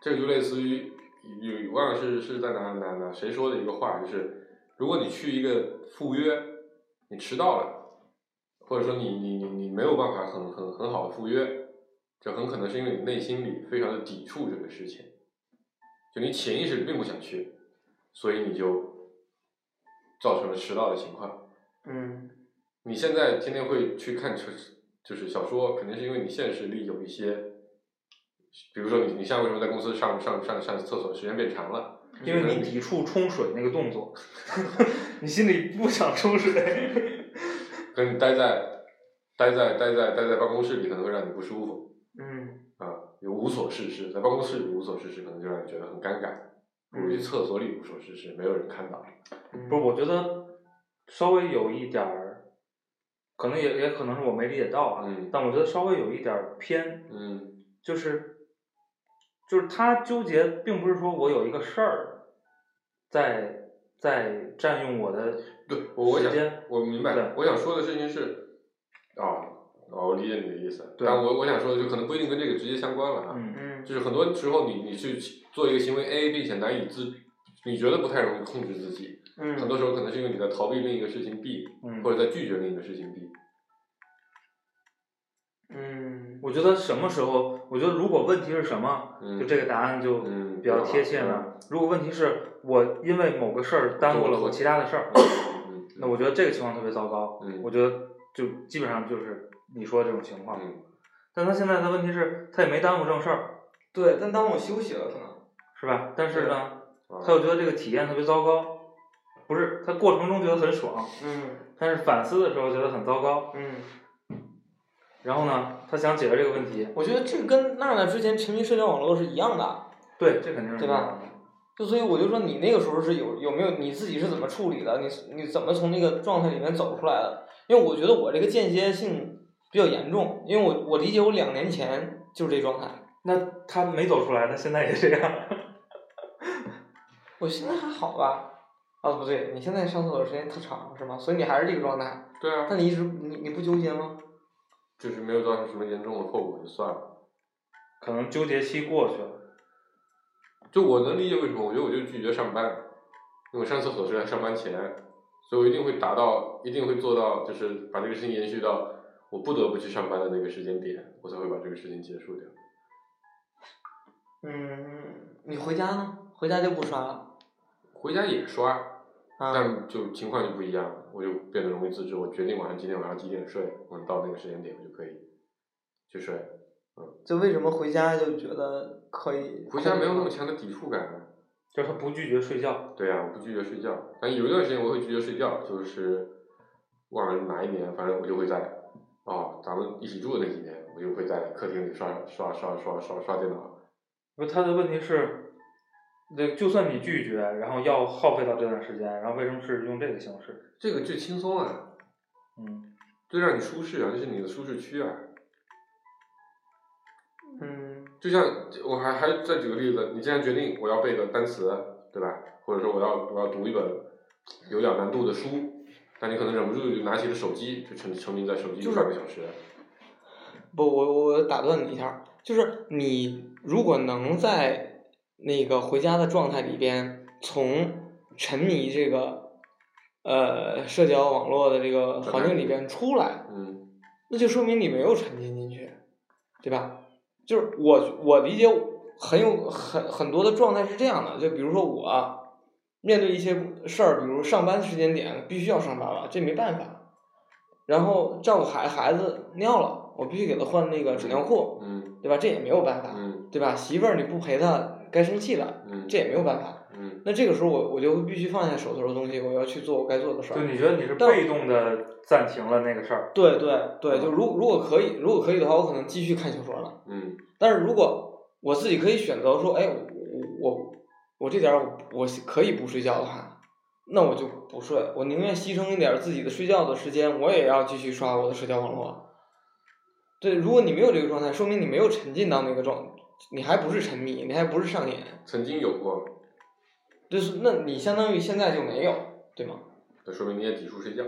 S4: 这个就类似于有有忘了是是在哪哪哪谁说的一个话，就是如果你去一个赴约，你迟到了，或者说你你你你没有办法很很很好的赴约，这很可能是因为你内心里非常的抵触这个事情，就你潜意识里并不想去，所以你就造成了迟到的情况。
S2: 嗯
S4: 你现在天天会去看就是就是小说，肯定是因为你现实里有一些，比如说你你现在为什么在公司上上上上厕所时间变长了？
S3: 因为你抵触冲水那个动 作，你心里不想冲水。
S4: 跟你待在待在待在待在办公室里可能会让你不舒服
S2: 嗯
S4: 啊，有无所事事，在办公室里无所事事可能就让你觉得很尴尬，不如去
S3: 嗯
S4: 厕所里无所事事，没有人看到。
S2: 嗯，
S3: 不是，我觉得稍微有一点儿，可能也也可能是我没理解到啊，
S4: 嗯
S3: 但我觉得稍微有一点儿偏，
S4: 嗯
S3: 就是就是他纠结，并不是说我有一个事儿在在占用我的
S4: 对，我我
S3: 时
S4: 想
S3: 间
S4: 我明白
S3: 对，
S4: 我想说的事情是，啊、哦，我理解你的意思，
S3: 对
S4: 但我我想说的就可能不一定跟这个直接相关了啊。
S3: 嗯
S2: 嗯
S4: 就是很多时候你你去做一个行为 A，并且难以自，你觉得不太容易控制自己，
S2: 嗯，
S4: 很多时候可能是因为你在逃避另一个事情 B，
S3: 嗯，
S4: 或者在拒绝另一个事情 B。
S2: 嗯，
S3: 我觉得什么时候，我觉得如果问题是什么，
S4: 嗯，
S3: 就这个答案就
S4: 嗯
S3: 比较贴切了。如果问题是我因为某个事儿耽误了我其他的事儿，
S4: 嗯，
S3: 那我觉得这个情况特别糟糕。
S4: 嗯
S3: 我觉得就基本上就是你说的这种情况。
S4: 嗯
S3: 但他现在的问题是，他也没耽误正事儿，
S2: 对，但当我休息了，可能
S3: 是吧？但是呢，
S4: 啊
S3: 他又觉得这个体验特别糟糕，不是他过程中觉得很爽，
S2: 嗯
S3: 但是反思的时候觉得很糟糕。
S2: 嗯，
S3: 然后呢，他想解决这个问题，
S2: 我觉得这个跟娜娜之前沉迷社交网络是一样的，
S3: 对，这肯定是这
S2: 对吧
S3: 样的？
S2: 就所以我就说你那个时候是有有没有你自己是怎么处理的？你你怎么从那个状态里面走出来的？因为我觉得我这个间歇性比较严重，因为我我理解我两年前就是这状态，
S3: 那他没走出来，他现在也这样。
S2: 我现在还好吧？啊，不对，你现在上厕所时间特长是吗？所以你还是这个状态？
S4: 对啊
S2: 那，你一直你你不纠结吗？
S4: 就是没有造成什么严重的后果就算了。
S3: 可能纠结期过去了。
S4: 就我能理解为什么，我觉得我就拒绝上班，因为我上厕所是在上班前，所以我一定会达到，一定会做到，就是把这个事情延续到我不得不去上班的那个时间点，我才会把这个事情结束掉。
S2: 嗯，你回家呢？回家就不刷了
S4: 回家也刷，
S2: 啊？
S4: 但就情况就不一样了，我就变得容易自制。我决定晚上几点晚上几点睡，我到那个时间点我就可以去睡。
S2: 就为什么回家就觉得可以？
S4: 回家没有那么强的抵触感啊。
S3: 就是他不拒绝睡觉，
S4: 对啊，我不拒绝睡觉，但有一段时间我会拒绝睡觉，就是忘了是哪一年，反正我就会在啊、咱们一起住的那几年，我就会在客厅里刷刷刷刷刷刷电脑。
S3: 不，他的问题是，对，就算你拒绝，然后要耗费到这段时间，然后为什么是用这个形式？
S4: 这个最轻松啊，
S3: 嗯，
S4: 最让你舒适啊，这是你的舒适区啊。
S2: 嗯
S4: 就像我还还再举个例子，你既然决定我要背个单词，对吧？或者说我要我要读一本有点难度的书，那你可能忍不住就拿起了手机，就沉沉迷在手机
S2: 就
S4: 里
S2: 是
S4: 半个小时。
S2: 不，我我打断你一下，就是你如果能在那个回家的状态里边，从沉迷这个呃社交网络的这个环境里边出来，
S4: 嗯
S2: 那就说明你没有沉浸进去，对吧？就是我我理解很有很很多的状态是这样的，就比如说我面对一些事儿，比如上班时间点必须要上班了，这没办法。然后照顾孩孩子尿了，我必须给他换那个纸尿裤，
S4: 嗯
S2: 对吧？这也没有办法，
S4: 嗯
S2: 对吧？媳妇儿你不陪她，该生气了，
S4: 嗯，
S2: 这也没有办法。
S4: 嗯
S2: 那这个时候我我就必须放下手头的东西，我要去做我该做的事儿。
S3: 就你觉得你是
S2: 但
S3: 被动的暂停了那个事儿，
S2: 对对对，就如如果可以，如果可以的话，我可能继续看小说了。
S4: 嗯
S2: 但是如果我自己可以选择说，哎，我我我这点儿我我可以不睡觉的话，那我就不睡，我宁愿牺牲一点儿自己的睡觉的时间，我也要继续刷我的社交网络。对，如果你没有这个状态，说明你没有沉浸到那个状，你还不是沉迷，你还不是上瘾，
S4: 曾经有过，
S2: 就是那你相当于现在就没有，对吗？
S4: 那说明你也抵触睡觉。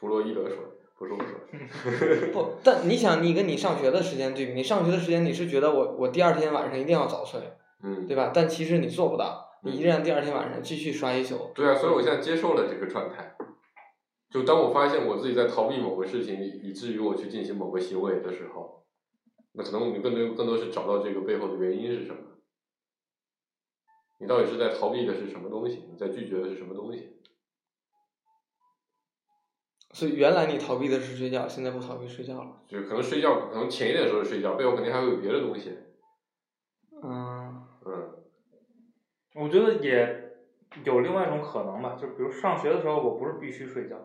S4: 弗洛伊德说，不是我说。
S2: 不，但你想，你跟你上学的时间对比，你上学的时间你是觉得我我第二天晚上一定要早睡，
S4: 嗯，
S2: 对吧？但其实你做不到，你依然第二天晚上继续刷一宿。
S4: 对啊，所以我现在接受了这个状态。就当我发现我自己在逃避某个事情，以以至于我去进行某个行为的时候，那可能我们更多更多是找到这个背后的原因是什么。你到底是在逃避的是什么东西？你在拒绝的是什么东西？
S2: 所以原来你逃避的是睡觉，现在不逃避睡觉了。
S4: 就可能睡觉，可能浅一点说是睡觉，背后肯定还会有别的东西。
S2: 嗯，
S4: 嗯
S3: 我觉得也有另外一种可能吧，就比如上学的时候，我不是必须睡觉，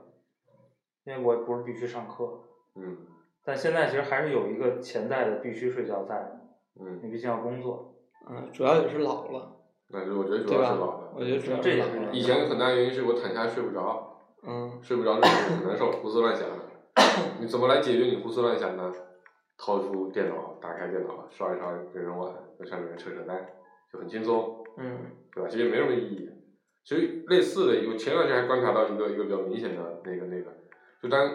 S3: 因为我不是必须上课，
S4: 嗯
S3: 但现在其实还是有一个潜在的必须睡觉在的，
S4: 嗯，
S3: 你毕竟要工作。
S2: 嗯，主要也是老了，
S4: 那就我觉得主
S2: 对
S4: 要
S2: 吧
S4: 是老了。？
S2: 我觉得主要
S3: 这
S2: 是
S3: 也
S2: 老
S3: 是
S2: 了。
S4: 以前很大原因是我躺下睡不着，
S2: 嗯，
S4: 睡不着之后很难受，胡思乱想。你怎么来解决你胡思乱想呢？掏出电脑，打开电脑，刷一刷真人网，在上面扯扯淡，就很轻松，
S2: 嗯
S4: 对吧？其实也没什么意义。其实类似的，我前段时间还观察到一个一个比较明显的那个那个，就当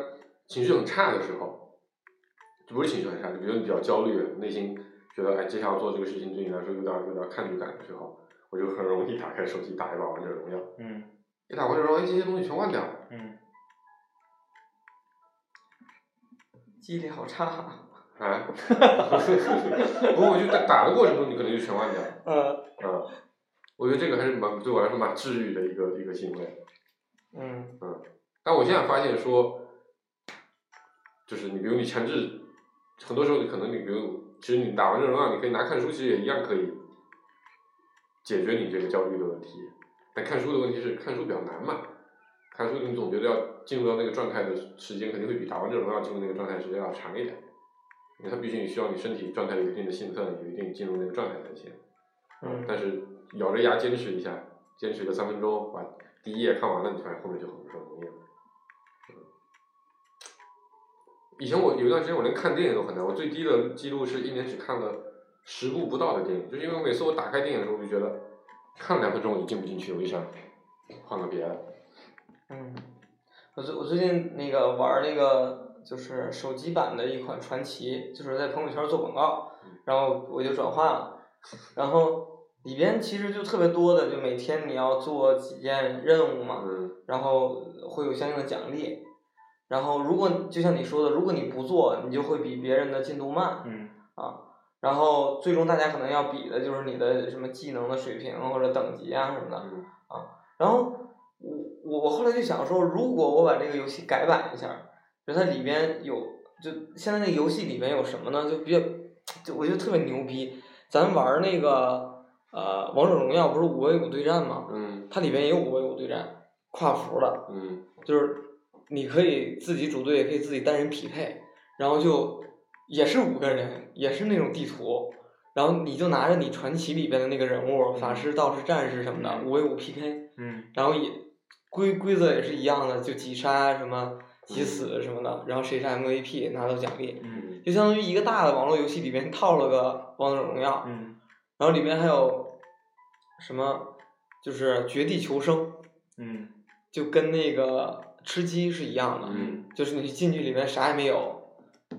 S4: 情绪很差的时候，就不是情绪很差，就比如你比较焦虑，内心觉得哎，接下来做这个事情对你来说有点有点抗拒感的时候，我就很容易打开手机打一把王者荣耀，
S3: 嗯
S4: 一打王者荣耀，哎，这些东西全忘掉了。
S3: 嗯，
S2: 记忆力好差。
S4: 啊， 不过我就打打的过程中，你可能就全忘掉了。
S2: 呃，
S4: 嗯，我觉得这个还是蛮对我来说蛮治愈的一个一个行为。
S2: 嗯
S4: 但我现在发现说，就是你比如你强制，很多时候你可能你比如，其实你打完这种啊，你可以拿看书，其实也一样可以解决你这个焦虑的问题。但看书的问题是看书比较难嘛，看书你总觉得要进入到那个状态的时间，肯定会比打完这种要进入那个状态时间要长一点，因为它毕竟需要你身体状态有一定的兴奋，有一定进入那个状态才行。
S2: 嗯
S4: 但是咬着牙坚持一下，坚持个三分钟，把第一页看完了，你发现后面就很很容易了。嗯以前我有一段时间我连看电影都很难，我最低的记录是一年只看了十部不到的电影，就是因为每次我打开电影的时候，我就觉得看了两分钟我就进不进去，我就想换个别的。
S2: 嗯，我最我最近那个玩儿那个就是手机版的一款传奇，就是在朋友圈做广告，然后我就转化 了，然后里边其实就特别多的，就每天你要做几件任务嘛，
S4: 嗯
S2: 然后会有相应的奖励。然后，如果就像你说的，如果你不做，你就会比别人的进度慢
S3: 嗯
S2: 啊。然后，最终大家可能要比的就是你的什么技能的水平或者等级啊什么的。
S4: 嗯
S2: 然后我我我后来就想说，如果我把这个游戏改版一下儿，就它里边有，就现在那个游戏里面有什么呢？就比较，就我觉得特别牛逼。咱玩儿那个呃王者荣耀不是五 v 五对战吗？
S4: 嗯
S2: 它里边也有五 v 五对战，跨服的。
S4: 嗯
S2: 就是你可以自己组队，也可以自己单人匹配，然后就也是五个人，也是那种地图，然后你就拿着你传奇里边的那个人物，法师、道士、战士什么的，
S3: 嗯
S2: 五 v 五 PK，
S3: 嗯
S2: 然后也规规则也是一样的，就击杀什么击死什么的，然后谁是 MVP 拿到奖励，
S3: 嗯
S2: 就相当于一个大的网络游戏里边套了个王者荣耀，
S3: 嗯
S2: 然后里面还有什么就是绝地求生，
S3: 嗯
S2: 就跟那个吃鸡是一样的。
S4: 嗯，
S2: 就是你进去里面啥也没有，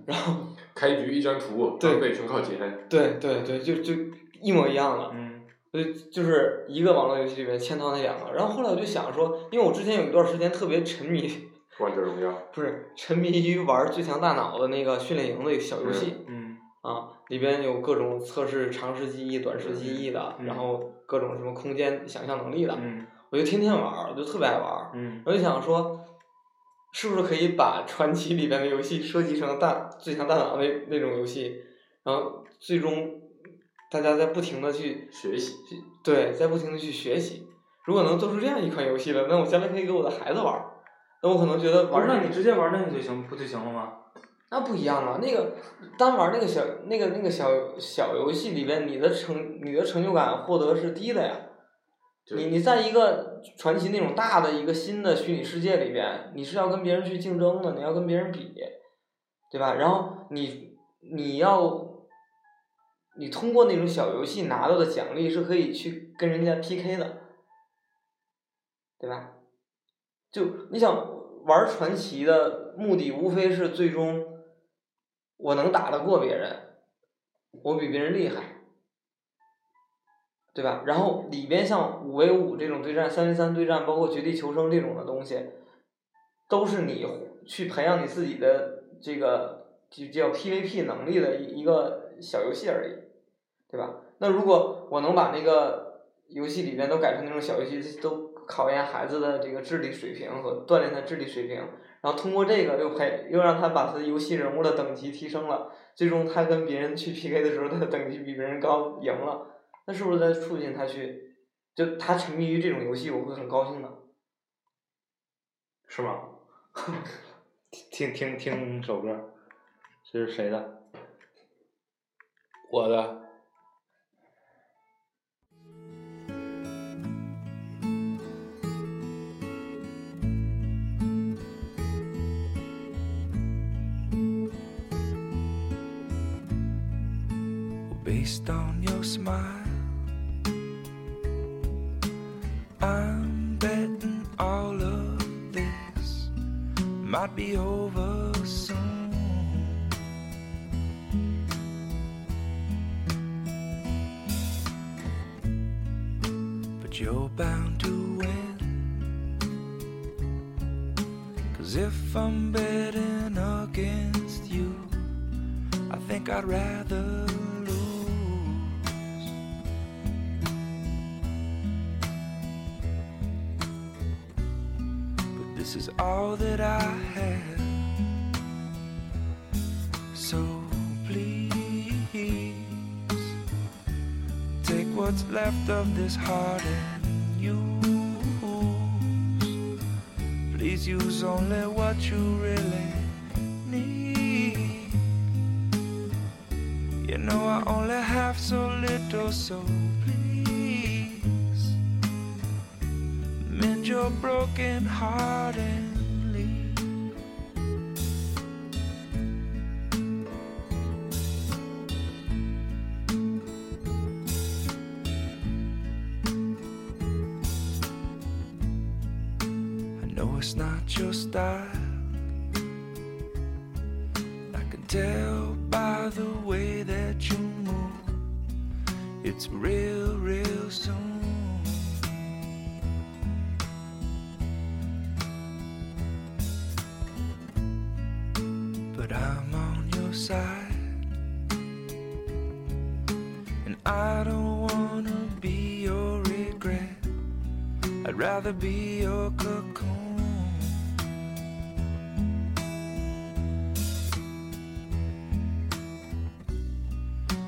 S2: 然后
S4: 开局一张图，
S2: 对
S4: 装备全靠捡。
S2: 对对对，就就一模一样的，
S3: 嗯
S2: 所以就是一个网络游戏里面嵌套那两个。然后后来我就想说，因为我之前有一段时间特别沉迷，
S4: 王者荣耀，
S2: 不是沉迷于玩《最强大脑》的那个训练营的一个小游戏、
S3: 嗯
S2: 啊，里边有各种测试长时记忆、短时记忆的，
S3: 嗯嗯
S2: 然后各种什么空间想象能力的，
S3: 嗯
S2: 我就天天玩儿，我就特别爱玩儿。
S3: 嗯
S2: 我就想说，是不是可以把 传奇里边的游戏设计成大最强大脑那那种游戏，然后最终大家在不停的去
S4: 学习
S2: 去对，在不停的去学习。如果能做出这样一款游戏了，那我将来可以给我的孩子玩儿。那我可能觉得
S3: 不
S2: 玩
S3: 是，
S2: 儿
S3: 那
S2: 那
S3: 你直接玩那个就行，不就行了吗？
S2: 那不一样了。那个单玩那个小那个那个小小游戏里边，你的成你的成就感获得是低的呀。
S4: 就
S2: 你你在一个传奇那种大的一个新的虚拟世界里边，你是要跟别人去竞争的，你要跟别人比，对吧？然后你你要你通过那种小游戏拿到的奖励是可以去跟人家 PK 的，对吧？就你想玩传奇的目的，无非是最终我能打得过别人，我比别人厉害。对吧？然后里边像五 v 五这种对战、三 v 三对战，包括绝地求生这种的东西，都是你去培养你自己的这个就叫 PVP 能力的一一个小游戏而已，对吧？那如果我能把那个游戏里边都改成那种小游戏，都考验孩子的这个智力水平和锻炼他智力水平，然后通过这个又培又让他把他游戏人物的等级提升了，最终他跟别人去 PK 的时候，他的等级比别人高，赢了。那是不是在促进他去，就他沉迷于这种游戏，我会很高兴的。
S3: 是 吗？听听听首歌，这是谁的？
S4: 我的
S5: Based on your smile, I'm betting all of this might be over soon. But you're bound to win. Cause if I'm betting against you, I think I'd rather lose. But this is all that I have. So please take what's left of this heart and use. Please use only what you really need. You know I only have so little, so please mend your broken heart and leave. I know it's not your style. I can tell by the way that you move. It's real, real soon. But I'm on your side, and I don't wanna be your regret. I'd rather be your cocoon.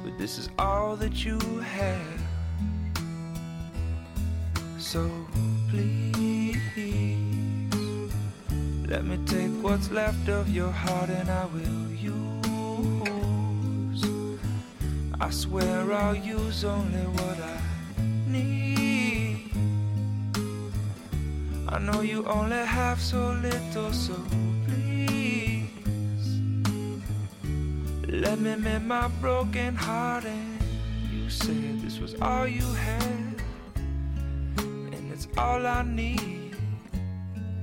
S5: but this is all that you have. So please, let me take what's left of your heart and I will use. I swear I'll use only what I need. I know you only have so little, so please. Let me mend my broken heart and you said this was all you had and it's all I need.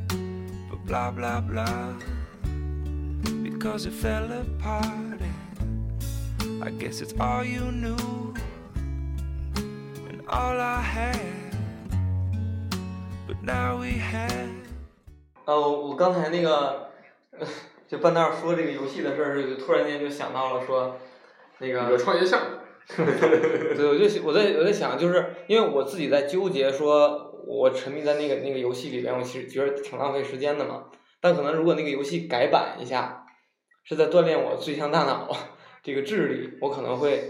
S5: But blah blah blah because it fell apart and I guess it's all you knew and all I had. But now we have
S2: 呃，我我刚才那个， 就半道儿说这个游戏的事儿，就突然间就想到了说，那
S4: 你的
S2: 个，
S4: 创业项目，
S2: 对，我就想我在我在想，就是因为我自己在纠结说，我沉迷在那个那个游戏里边，我其实觉得挺浪费时间的嘛。但可能如果那个游戏改版一下，是在锻炼我最强大脑这个智力，我可能会，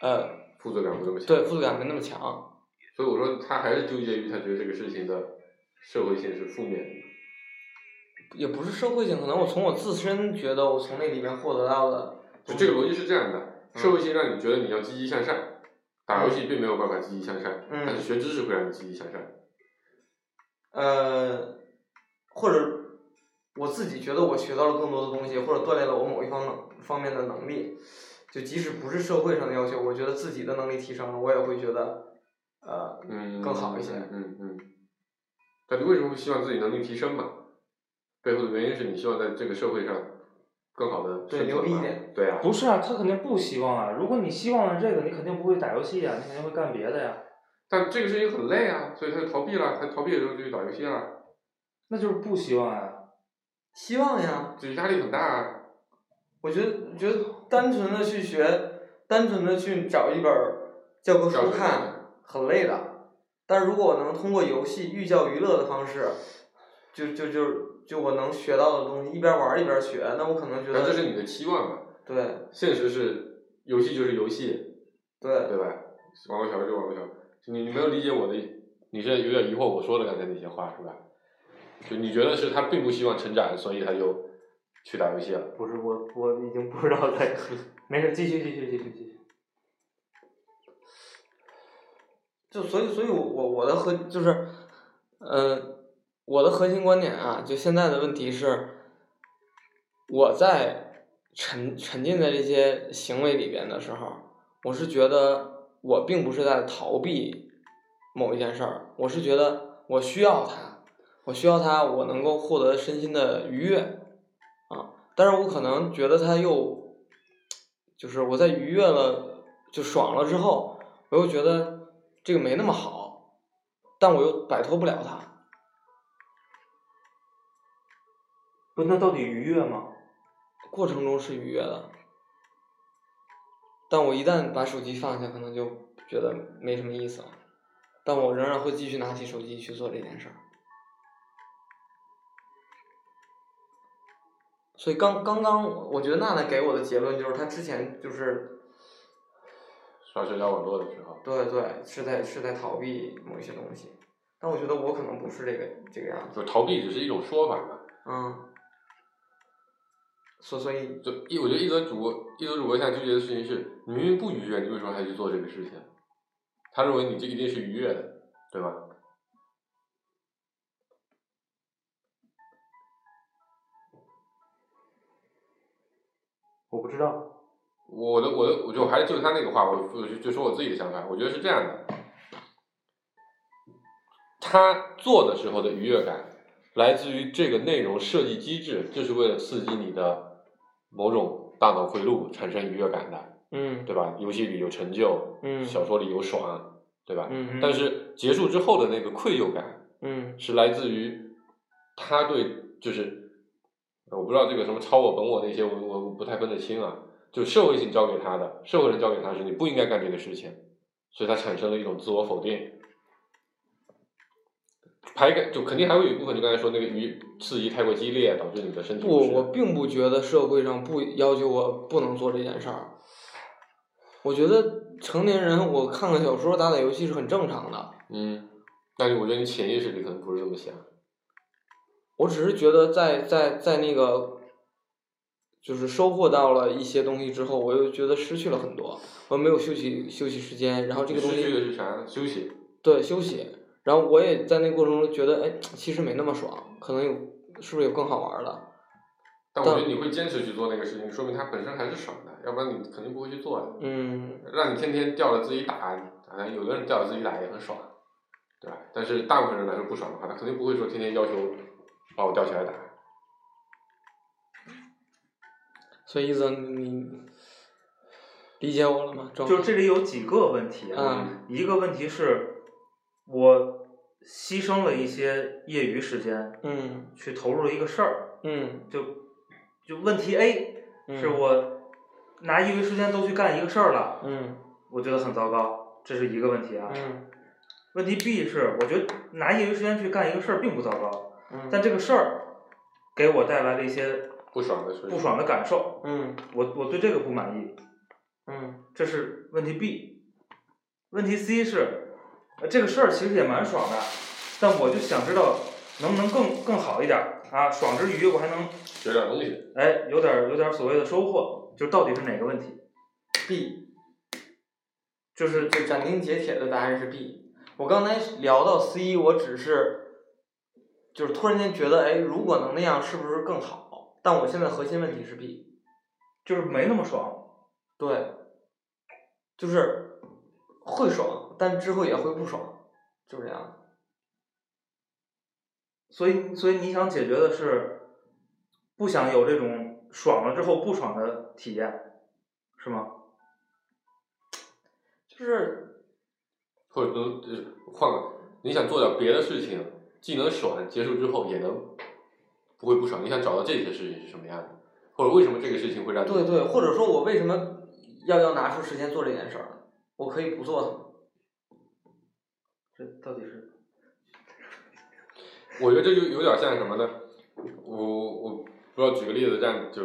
S2: 呃，
S4: 负罪感不那么强。
S2: 对，负罪感没那么强。
S4: 所以我说他还是纠结于他觉得这个事情的社会性是负面的。
S2: 也不是社会性，可能我从我自身觉得我从那里面获得到的，嗯
S4: 就这个逻辑是这样的，社会性让你觉得你要积极向善，打游戏并没有办法积极向善，
S2: 嗯
S4: 但是学知识会让你积极向善。
S2: 呃，或者我自己觉得我学到了更多的东西，或者锻炼了我某一方能方面的能力，就即使不是社会上的要求，我觉得自己的能力提升了，我也会觉得，呃，
S4: 嗯，
S2: 更好一些
S4: 嗯嗯嗯。但你为什么会希望自己能力提升嘛？背后的原因是你希望在这个社会上更好的
S2: 对牛逼一点。
S4: 对啊，
S3: 不是啊，他肯定不希望啊。如果你希望了这个，你肯定不会打游戏啊，你肯定会干别的呀。
S4: 但这个事情很累啊，所以他就逃避了。他逃避了之后就去打游戏了，
S3: 那就是不希望啊。
S2: 希望呀，
S4: 就是压力很大啊。
S2: 我觉得觉得单纯的去学，单纯的去找一本教科
S4: 教
S2: 书
S4: 科书
S2: 看，很累的。但是如果我能通过游戏寓教于乐的方式，就就就就我能学到的东西，一边玩儿一边学，那我可能觉
S4: 那
S2: 得
S4: 这是你的期望嘛？
S2: 对
S4: 现实是游戏就是游戏，
S2: 对
S4: 对吧？网络小说就网络小说，就你你没有理解我的，你现在有点疑惑我说的刚才那些话是吧？就你觉得是他并不希望成长，所以他就去打游戏了。
S3: 不是我，我已经不知道在， 没事，继续，继续，继续，继续。
S2: 就所以，所以我我我的核就是，呃，我的核心观点啊，就现在的问题是，我在沉沉浸在这些行为里边的时候，我是觉得我并不是在逃避某一件事儿，我是觉得我需要它，我需要它，我能够获得身心的愉悦啊，但是我可能觉得它又，就是我在愉悦了就爽了之后。我又觉得这个没那么好，但我又摆脱不了它。
S3: 不，那到底愉悦吗？
S2: 过程中是愉悦的，但我一旦把手机放下，可能就觉得没什么意思了。但我仍然会继续拿起手机去做这件事儿。所以刚刚刚，我觉得娜娜给我的结论就是，她之前就是
S4: 刷社交网络的时候，
S2: 对对是在是在逃避某一些东西，但我觉得我可能不是这个这个样子。
S4: 就逃避只是一种说法嘛。
S2: 嗯，所所以
S4: 就一，我觉得一则主播一则主播现在纠结的事情是，你明明不愉悦，你为什么还去做这个事情？他认为你这一定是愉悦的，对吧？
S3: 我不知道。
S4: 我的我的，我就还是就他那个话，我我就就说我自己的想法，我觉得是这样的。他做的时候的愉悦感，来自于这个内容设计机制，就是为了刺激你的某种大脑回路产生愉悦感的，
S2: 嗯
S4: 对吧？游戏里有成就，
S2: 嗯
S4: 小说里有爽，对吧？
S2: 嗯
S4: 但是结束之后的那个愧疚感，
S2: 嗯
S4: 是来自于他对，就是呃我不知道这个什么超我本我那些，我我我不太分得清啊。就社会性教给他的，社会人教给他的是你不应该干这个事情，所以他产生了一种自我否定。排感就肯定还会有一部分，就刚才说那个鱼刺激太过激烈，导致你的身体
S2: 不，
S4: 适
S2: 我并不觉得社会上不要求我不能做这件事儿。我觉得成年人，我看看小说、打打游戏是很正常的。
S4: 嗯，但是我觉得你潜意识里可能不是这么想。
S2: 我只是觉得在在在那个，就是收获到了一些东西之后，我又觉得失去了很多，我没有休息休息时间，然后这个东
S4: 你
S2: 西
S4: 失去的是啥？休息。
S2: 对休息，然后我也在那过程中觉得，哎，其实没那么爽，可能有是不是有更好玩儿的？
S4: 但我觉得你会坚持去做那个事情，说明它本身还是爽的，要不然你肯定不会去做的。
S2: 嗯，
S4: 让你天天吊着自己打，啊，有的人吊着自己打也很爽，对吧？但是大部分人来说不爽的话，他肯定不会说天天要求把我吊起来打。
S2: 所以意思你你理解我了吗？周
S3: 就这里有几个问题啊，
S2: 嗯
S3: 一个问题是，我牺牲了一些业余时间
S2: 嗯
S3: 去投入了一个事儿，
S2: 嗯
S3: 就就问题 A
S2: 嗯
S3: 是我拿业余时间都去干一个事儿了，
S2: 嗯
S3: 我觉得很糟糕，这是一个问题啊。
S2: 嗯
S3: 问题 B 是，我觉得拿业余时间去干一个事儿并不糟糕，
S2: 嗯，
S3: 但这个事儿给我带来了一些
S4: 不爽的是
S3: 不爽的感受，
S2: 嗯
S3: 我我对这个不满意，
S2: 嗯
S3: 这是问题 B。问题 C 是，呃这个事儿其实也蛮爽的，但我就想知道能不能更更好一点儿啊，爽之余我还能
S4: 学点东西。
S3: 哎有点儿有点儿所谓的收获，就到底是哪个问题？
S2: ，B
S3: 就是
S2: 就斩钉截铁的答案是 B。我刚才聊到 C，我只是就是突然间觉得，哎，如果能那样，是不是更好？但我现在核心问题是 B，
S3: 就是没那么爽。
S2: 对，就是会爽，但之后也会不爽，就是这样。
S3: 所以，所以你想解决的是不想有这种爽了之后不爽的体验，是吗？
S2: 就是
S4: 或者能就是换个，你想做点别的事情，既能爽，结束之后也能不会不爽。你想找到这些事情是什么样的，或者为什么这个事情会让你
S2: 对对，或者说我为什么要要拿出时间做这件事儿呢？我可以不做它吗？
S3: 这到底是
S4: 我觉得这就有点像什么呢？我我不知道举个例子，但就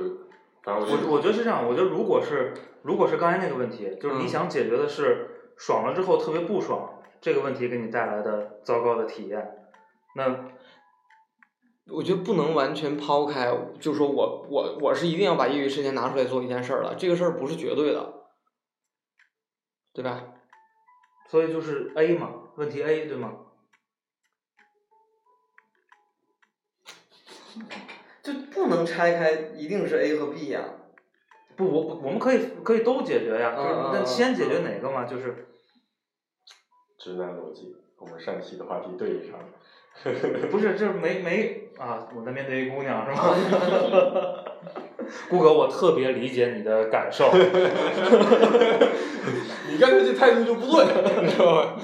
S4: 反正我觉得
S3: 我我觉得是这样，我觉得如果是如果是刚才那个问题，就是你
S2: 嗯
S3: 想解决的是爽了之后特别不爽这个问题给你带来的糟糕的体验，那
S2: 我觉得不能完全抛开，就说我我我是一定要把业余时间拿出来做一件事儿了，这个事儿不是绝对的，对吧？
S3: 所以就是 A 嘛，问题 A 对吗？
S2: 就不能拆开，一定是 A 和 B 呀、
S3: 不，我我们可以可以都解决呀，就是
S2: 嗯嗯
S3: 那
S2: 嗯
S3: 先解决哪个嘛，就是
S4: 直男逻辑，我们上期的话题对应上了。
S3: 不是就是没没啊，我在面对一姑娘是吗？ 顾哥，我特别理解你的感受，
S4: 你刚才这态度就不对， 你知道吧？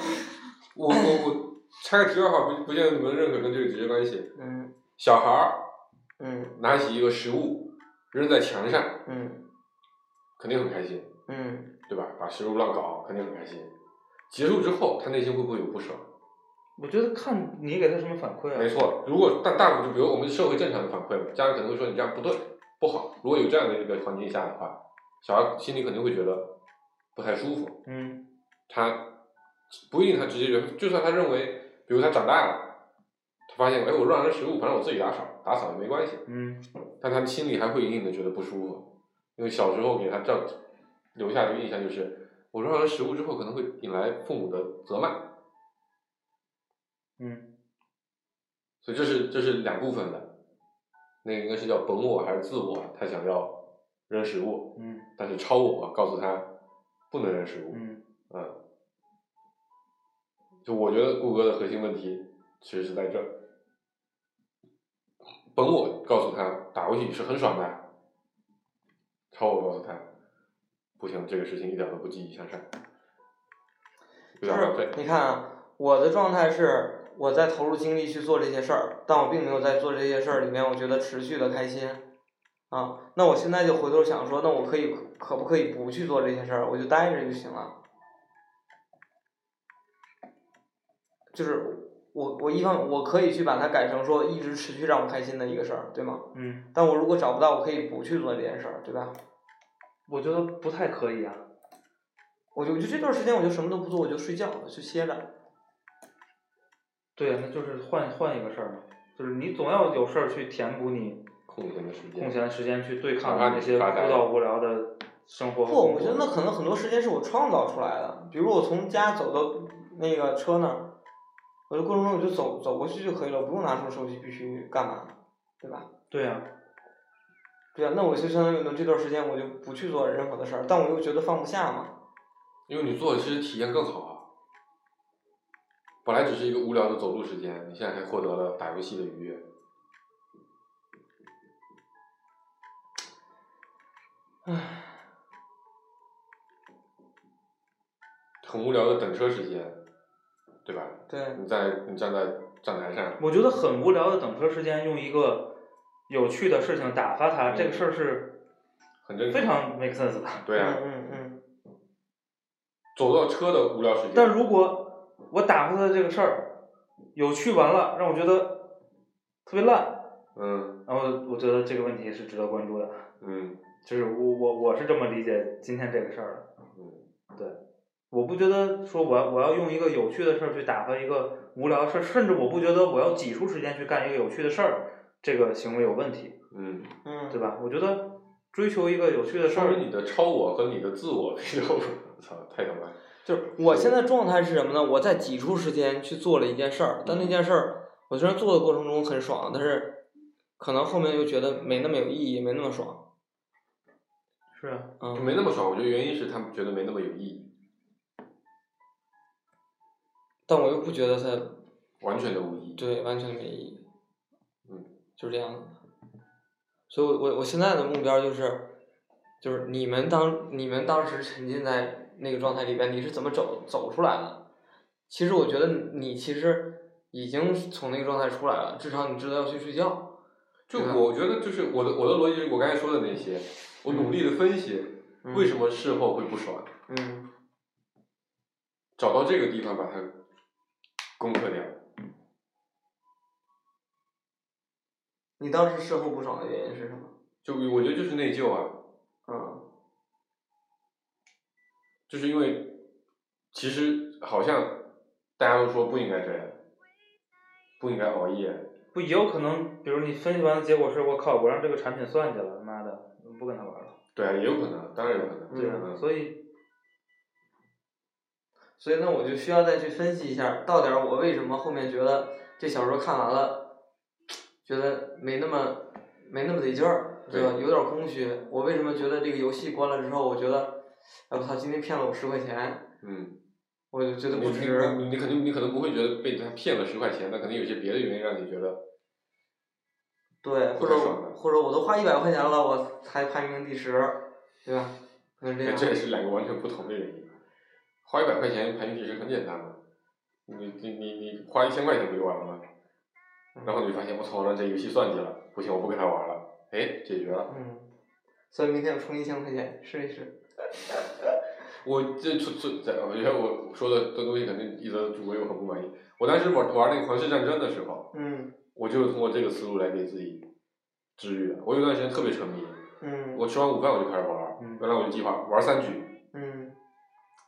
S4: 我我我拆个题外话，不不见得你们认可跟这个直接关系。
S2: 嗯
S4: 小孩儿
S2: 嗯
S4: 拿起一个食物扔在墙上，
S2: 嗯
S4: 肯定很开心，
S2: 嗯，
S4: 对吧？把食物乱搞，肯定很开心。结束之后，他内心会不会有不爽？
S3: 我觉得看你给他什么反馈啊。
S4: 没错，如果大大部分，比如我们社会正常的反馈嘛，家长可能会说你这样不对，不好。如果有这样的一个环境下的话，小孩心里肯定会觉得不太舒服。
S3: 嗯
S4: 他不一定他直接觉得，就算他认为，比如他长大了，他发现哎，我乱扔食物，反正我自己打扫，打扫也没关系，
S3: 嗯，
S4: 但他心里还会隐隐的觉得不舒服，因为小时候给他这留下这个印象就是，我乱扔食物之后可能会引来父母的责骂，
S3: 嗯，
S4: 所以这是这是两部分的，那个应该是叫本我还是自我，他想要扔食物，
S3: 嗯
S4: 但是超我告诉他不能扔食物，
S3: 嗯，
S4: 嗯，就我觉得谷歌的核心问题其实是在这儿。本我告诉他打游戏是很爽的，超我告诉他，不行，这个事情一点都不积极向上，
S2: 就
S4: 有点浪费
S2: 是。你看啊，我的状态是我在投入精力去做这些事儿，但我并没有在做这些事儿里面，我觉得持续的开心啊。那我现在就回头想说，那我可以可不可以不去做这些事儿，我就待着就行了。就是我我一方我可以去把它改成说一直持续让我开心的一个事儿，对吗？
S3: 嗯，
S2: 但我如果找不到，我可以不去做这件事儿，对吧？
S3: 我觉得不太可以啊。
S2: 我就我就这段时间我就什么都不做，我就睡觉，我就歇着。
S3: 对呀，啊那就是换换一个事儿嘛，就是你总要有事儿去填补你
S4: 空闲的时间，
S3: 空闲时间，去对
S4: 哪怕
S3: 抗
S4: 你
S3: 那些枯
S4: 发呆
S3: 燥无聊的生活和
S2: 不，
S3: 工
S2: 我觉
S3: 作
S2: 得那可能很多时间是我创造出来的。比如我从家走到那个车那儿，我的过程中我就走走过去就可以了，我不用拿出手机必须干嘛，对吧？
S3: 对啊呀、
S2: 对啊，那我就相当于呢这段时间我就不去做任何的事儿，但我又觉得放不下嘛。
S4: 因为你做的其实体验更好啊。本来只是一个无聊的走路时间，你现在还获得了打游戏的愉悦。
S2: 唉，
S4: 很无聊的等车时间，对吧？
S2: 对，
S4: 你在你站在站台上，
S3: 我觉得很无聊的等车时间，用一个有趣的事情打发它，
S4: 嗯
S3: 这个事儿是
S4: 很正常。
S3: 非常 make sense 的。
S4: 对啊，
S2: 嗯嗯
S4: 走到车的无聊时间。
S3: 但如果我打发它的这个事儿有趣完了，让我觉得特别烂，
S4: 嗯
S3: 然后我觉得这个问题是值得关注的。
S4: 嗯
S3: 就是我我我是这么理解今天这个事儿的。
S4: 嗯，
S3: 对，我不觉得说我要我要用一个有趣的事儿去打发一个无聊的事儿，甚至我不觉得我要挤出时间去干一个有趣的事儿，这个行为有问题，
S4: 嗯，
S2: 嗯，
S3: 对？吧？我觉得追求一个有趣的事
S4: 说
S3: 儿
S4: 明，你的超我和你的自我比较，我操，太他妈
S3: 就
S2: 就是我现在状态是什么呢？我在挤出时间去做了一件事儿，但那件事儿我虽然做的过程中很爽，但是可能后面又觉得没那么有意义，没那么爽。
S3: 是啊，
S2: 嗯，
S4: 没那么爽。我觉得原因是他们觉得没那么有意义，
S2: 但我又不觉得它
S4: 完全的无意义。
S2: 对完全没意义。
S4: 嗯，
S2: 就是这样的。所以我，我我现在的目标就是，就是你们当你们当时沉浸在那个状态里边，你是怎么走走出来的？其实我觉得你其实已经从那个状态出来了，至少你知道要去睡觉。
S4: 就
S2: 对吧
S4: 我觉得就是我的我的逻辑是我刚才说的那些，我努力的分析
S2: 嗯
S4: 为什？么事后会不爽，
S2: 嗯
S4: 找到这个地方把它攻克掉。
S2: 你当时事后不爽的原因是什么？
S4: 就我觉得就是内疚啊，
S2: 嗯
S4: 就是因为其实好像大家都说不应该这样，不应该熬夜，
S3: 不也有可能，比如你分析完的结果是我靠，我让这个产品算计了，他妈的，不跟他玩了，
S4: 对啊，也有可能，当然有可能，
S3: 对吧？
S4: 嗯
S3: 所以，
S2: 所以呢，我就需要再去分析一下，到底儿我为什么后面觉得这小说看完了，觉得没那么没那么得劲儿，对吧？有点儿空虚。我为什么觉得这个游戏关了之后，我觉得，哎我操，今天骗了我十块钱，
S4: 嗯，
S2: 我就觉得
S4: 你
S2: 不
S4: 你
S2: 值。
S4: 你你肯定你可能不会觉得被他骗了十块钱，但可能有些别的原因让你觉得，
S2: 对，或
S4: 不
S2: 者
S4: 太爽的
S2: 或者我都花一百块钱了，我才排名第十，对吧？可能这样。
S4: 哎这也是两个完全不同的原因。花一百块钱排名第十很简单的，你你你你花一千块钱不就完了吗？然后你就发现我操，我让这游戏算计了，不行，我不跟他玩了，哎，解决了。
S2: 嗯，所以明天我充一千块钱试一试。
S4: 我这出出在，我觉得我我说的这东西肯定一直主播又很不满意。我当时玩玩那个《皇室战争》的时候，
S2: 嗯
S4: 我就是通过这个思路来给自己治愈的。我有段时间特别沉迷，
S2: 嗯
S4: 我吃完午饭我就开始玩，
S3: 嗯
S4: 原来我就计划玩三局，
S2: 嗯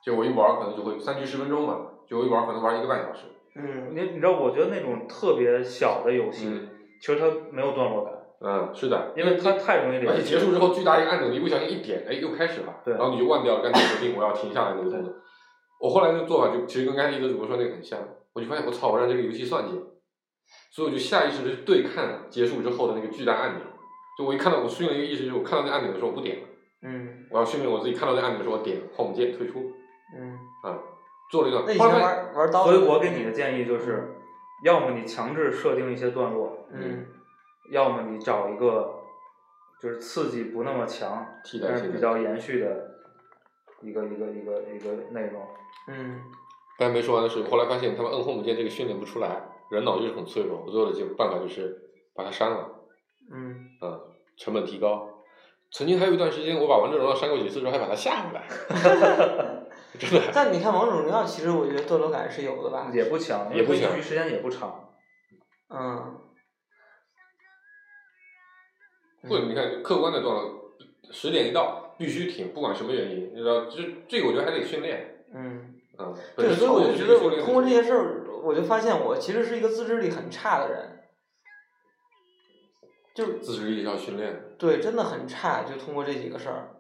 S4: 就我一玩可能就会三局十分钟嘛，就我一玩可能玩一个半小时。
S2: 嗯
S3: 你你知道，我觉得那种特别小的游戏，
S4: 嗯
S3: 其实它没有段落感，
S4: 嗯，是的，
S3: 因为它太容易
S4: 而
S3: 连
S4: 且
S3: 续
S4: 结。束之后巨大一个按钮，你一不小心一点，哎，又开始了，
S3: 对
S4: 然后你就忘掉了刚才决定我要停下来那个动作。我后来的做法就其实跟刚才一直主播说那个很像，我就发现我操，我让这个游戏算计了，所以我就下意识的对看结束之后的那个巨大按钮，就我一看到我训练一个意识，就是我看到那按钮的时候我不点了，
S2: 嗯
S4: 我要训练我自己看到那按钮的时候我点 home 键退出，啊
S2: 嗯。
S4: 做了一段
S2: 那以前
S4: 花费，
S2: 玩玩刀，
S3: 所以我给你的建议就是，要么你强制设定一些段落，
S2: 嗯
S3: 要么你找一个就是刺激不那么强，
S4: 替代
S3: 但
S4: 性
S3: 是嗯
S4: 的
S3: 比较延续的一个一个一个一个内容。
S2: 嗯
S4: 但没说完的是，后来发现他们摁 home 键这个训练不出来，人脑就是很脆弱，我做的就办法就是把它删了。
S2: 嗯，
S4: 嗯，成本提高。曾经还有一段时间，我把王者荣耀删过几次之后，还把它 下回来，真的。
S2: 但你看王者荣耀，其实我觉得段落感是有的吧？
S3: 也不强，因
S4: 也
S3: 为
S4: 不
S3: 它
S4: 强
S3: 一局时间也不长。
S2: 嗯，嗯
S4: 或者你看，客观的段落，十点一到必须停，不管什么原因，你知道，就是这个我觉得还得训练，
S2: 嗯，
S4: 嗯。
S2: 对，
S4: 本
S2: 所
S4: 身
S2: 以我就
S4: 这
S2: 觉
S4: 个
S2: 得我
S4: 训练
S2: 通过这些事儿，我就发现我其实是一个自制力很差的人，就是
S4: 自制力要训练，
S2: 对，真的很差，就通过这几个事儿，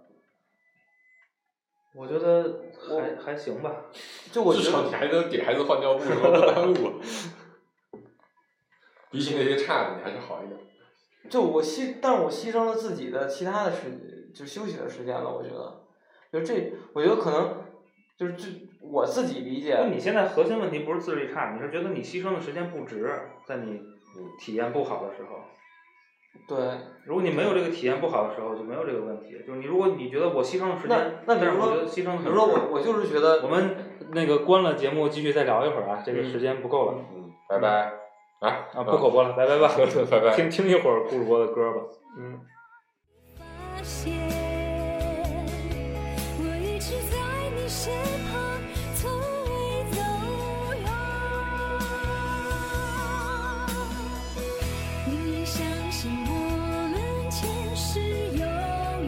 S3: 我觉得
S2: 我
S3: 还还行吧。
S2: 就我
S4: 至
S2: 觉
S4: 少
S2: 得
S4: 你还能给孩子换尿布，什么不耽误。 比起那些差的，你还是好一点。
S2: 就我牺，但我牺牲了自己的其他的时，就休息的时间了。我觉得，就这，我觉得可能就是这我自己理解，
S3: 那你现在核心问题不是自律差，你是觉得你牺牲的时间不值，在你
S4: 嗯
S3: 体验不好的时候。
S2: 对，
S3: 如果你没有这个体验不好的时候，就没有这个问题。就是你，如果你觉得我牺牲了时间，
S2: 那那比
S3: 但
S2: 如
S3: 是我觉得
S2: 说，
S3: 牺牲
S2: 比
S3: 很
S2: 如说我我就是觉得
S3: 嗯我们那个关了节目，继续再聊一会儿啊，这个
S2: 嗯
S3: 时间不够了
S4: 嗯，拜拜。啊，
S3: 啊，不口播了，拜拜吧
S4: 拜拜
S3: 听听一会儿顾主播的歌吧。
S2: 嗯。
S6: 发现我一直在你身旁，从未走远。宁愿相信我们前世有约，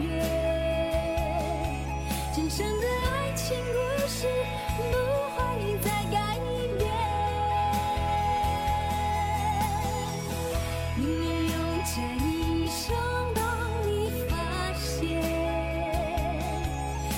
S6: 真正的爱情故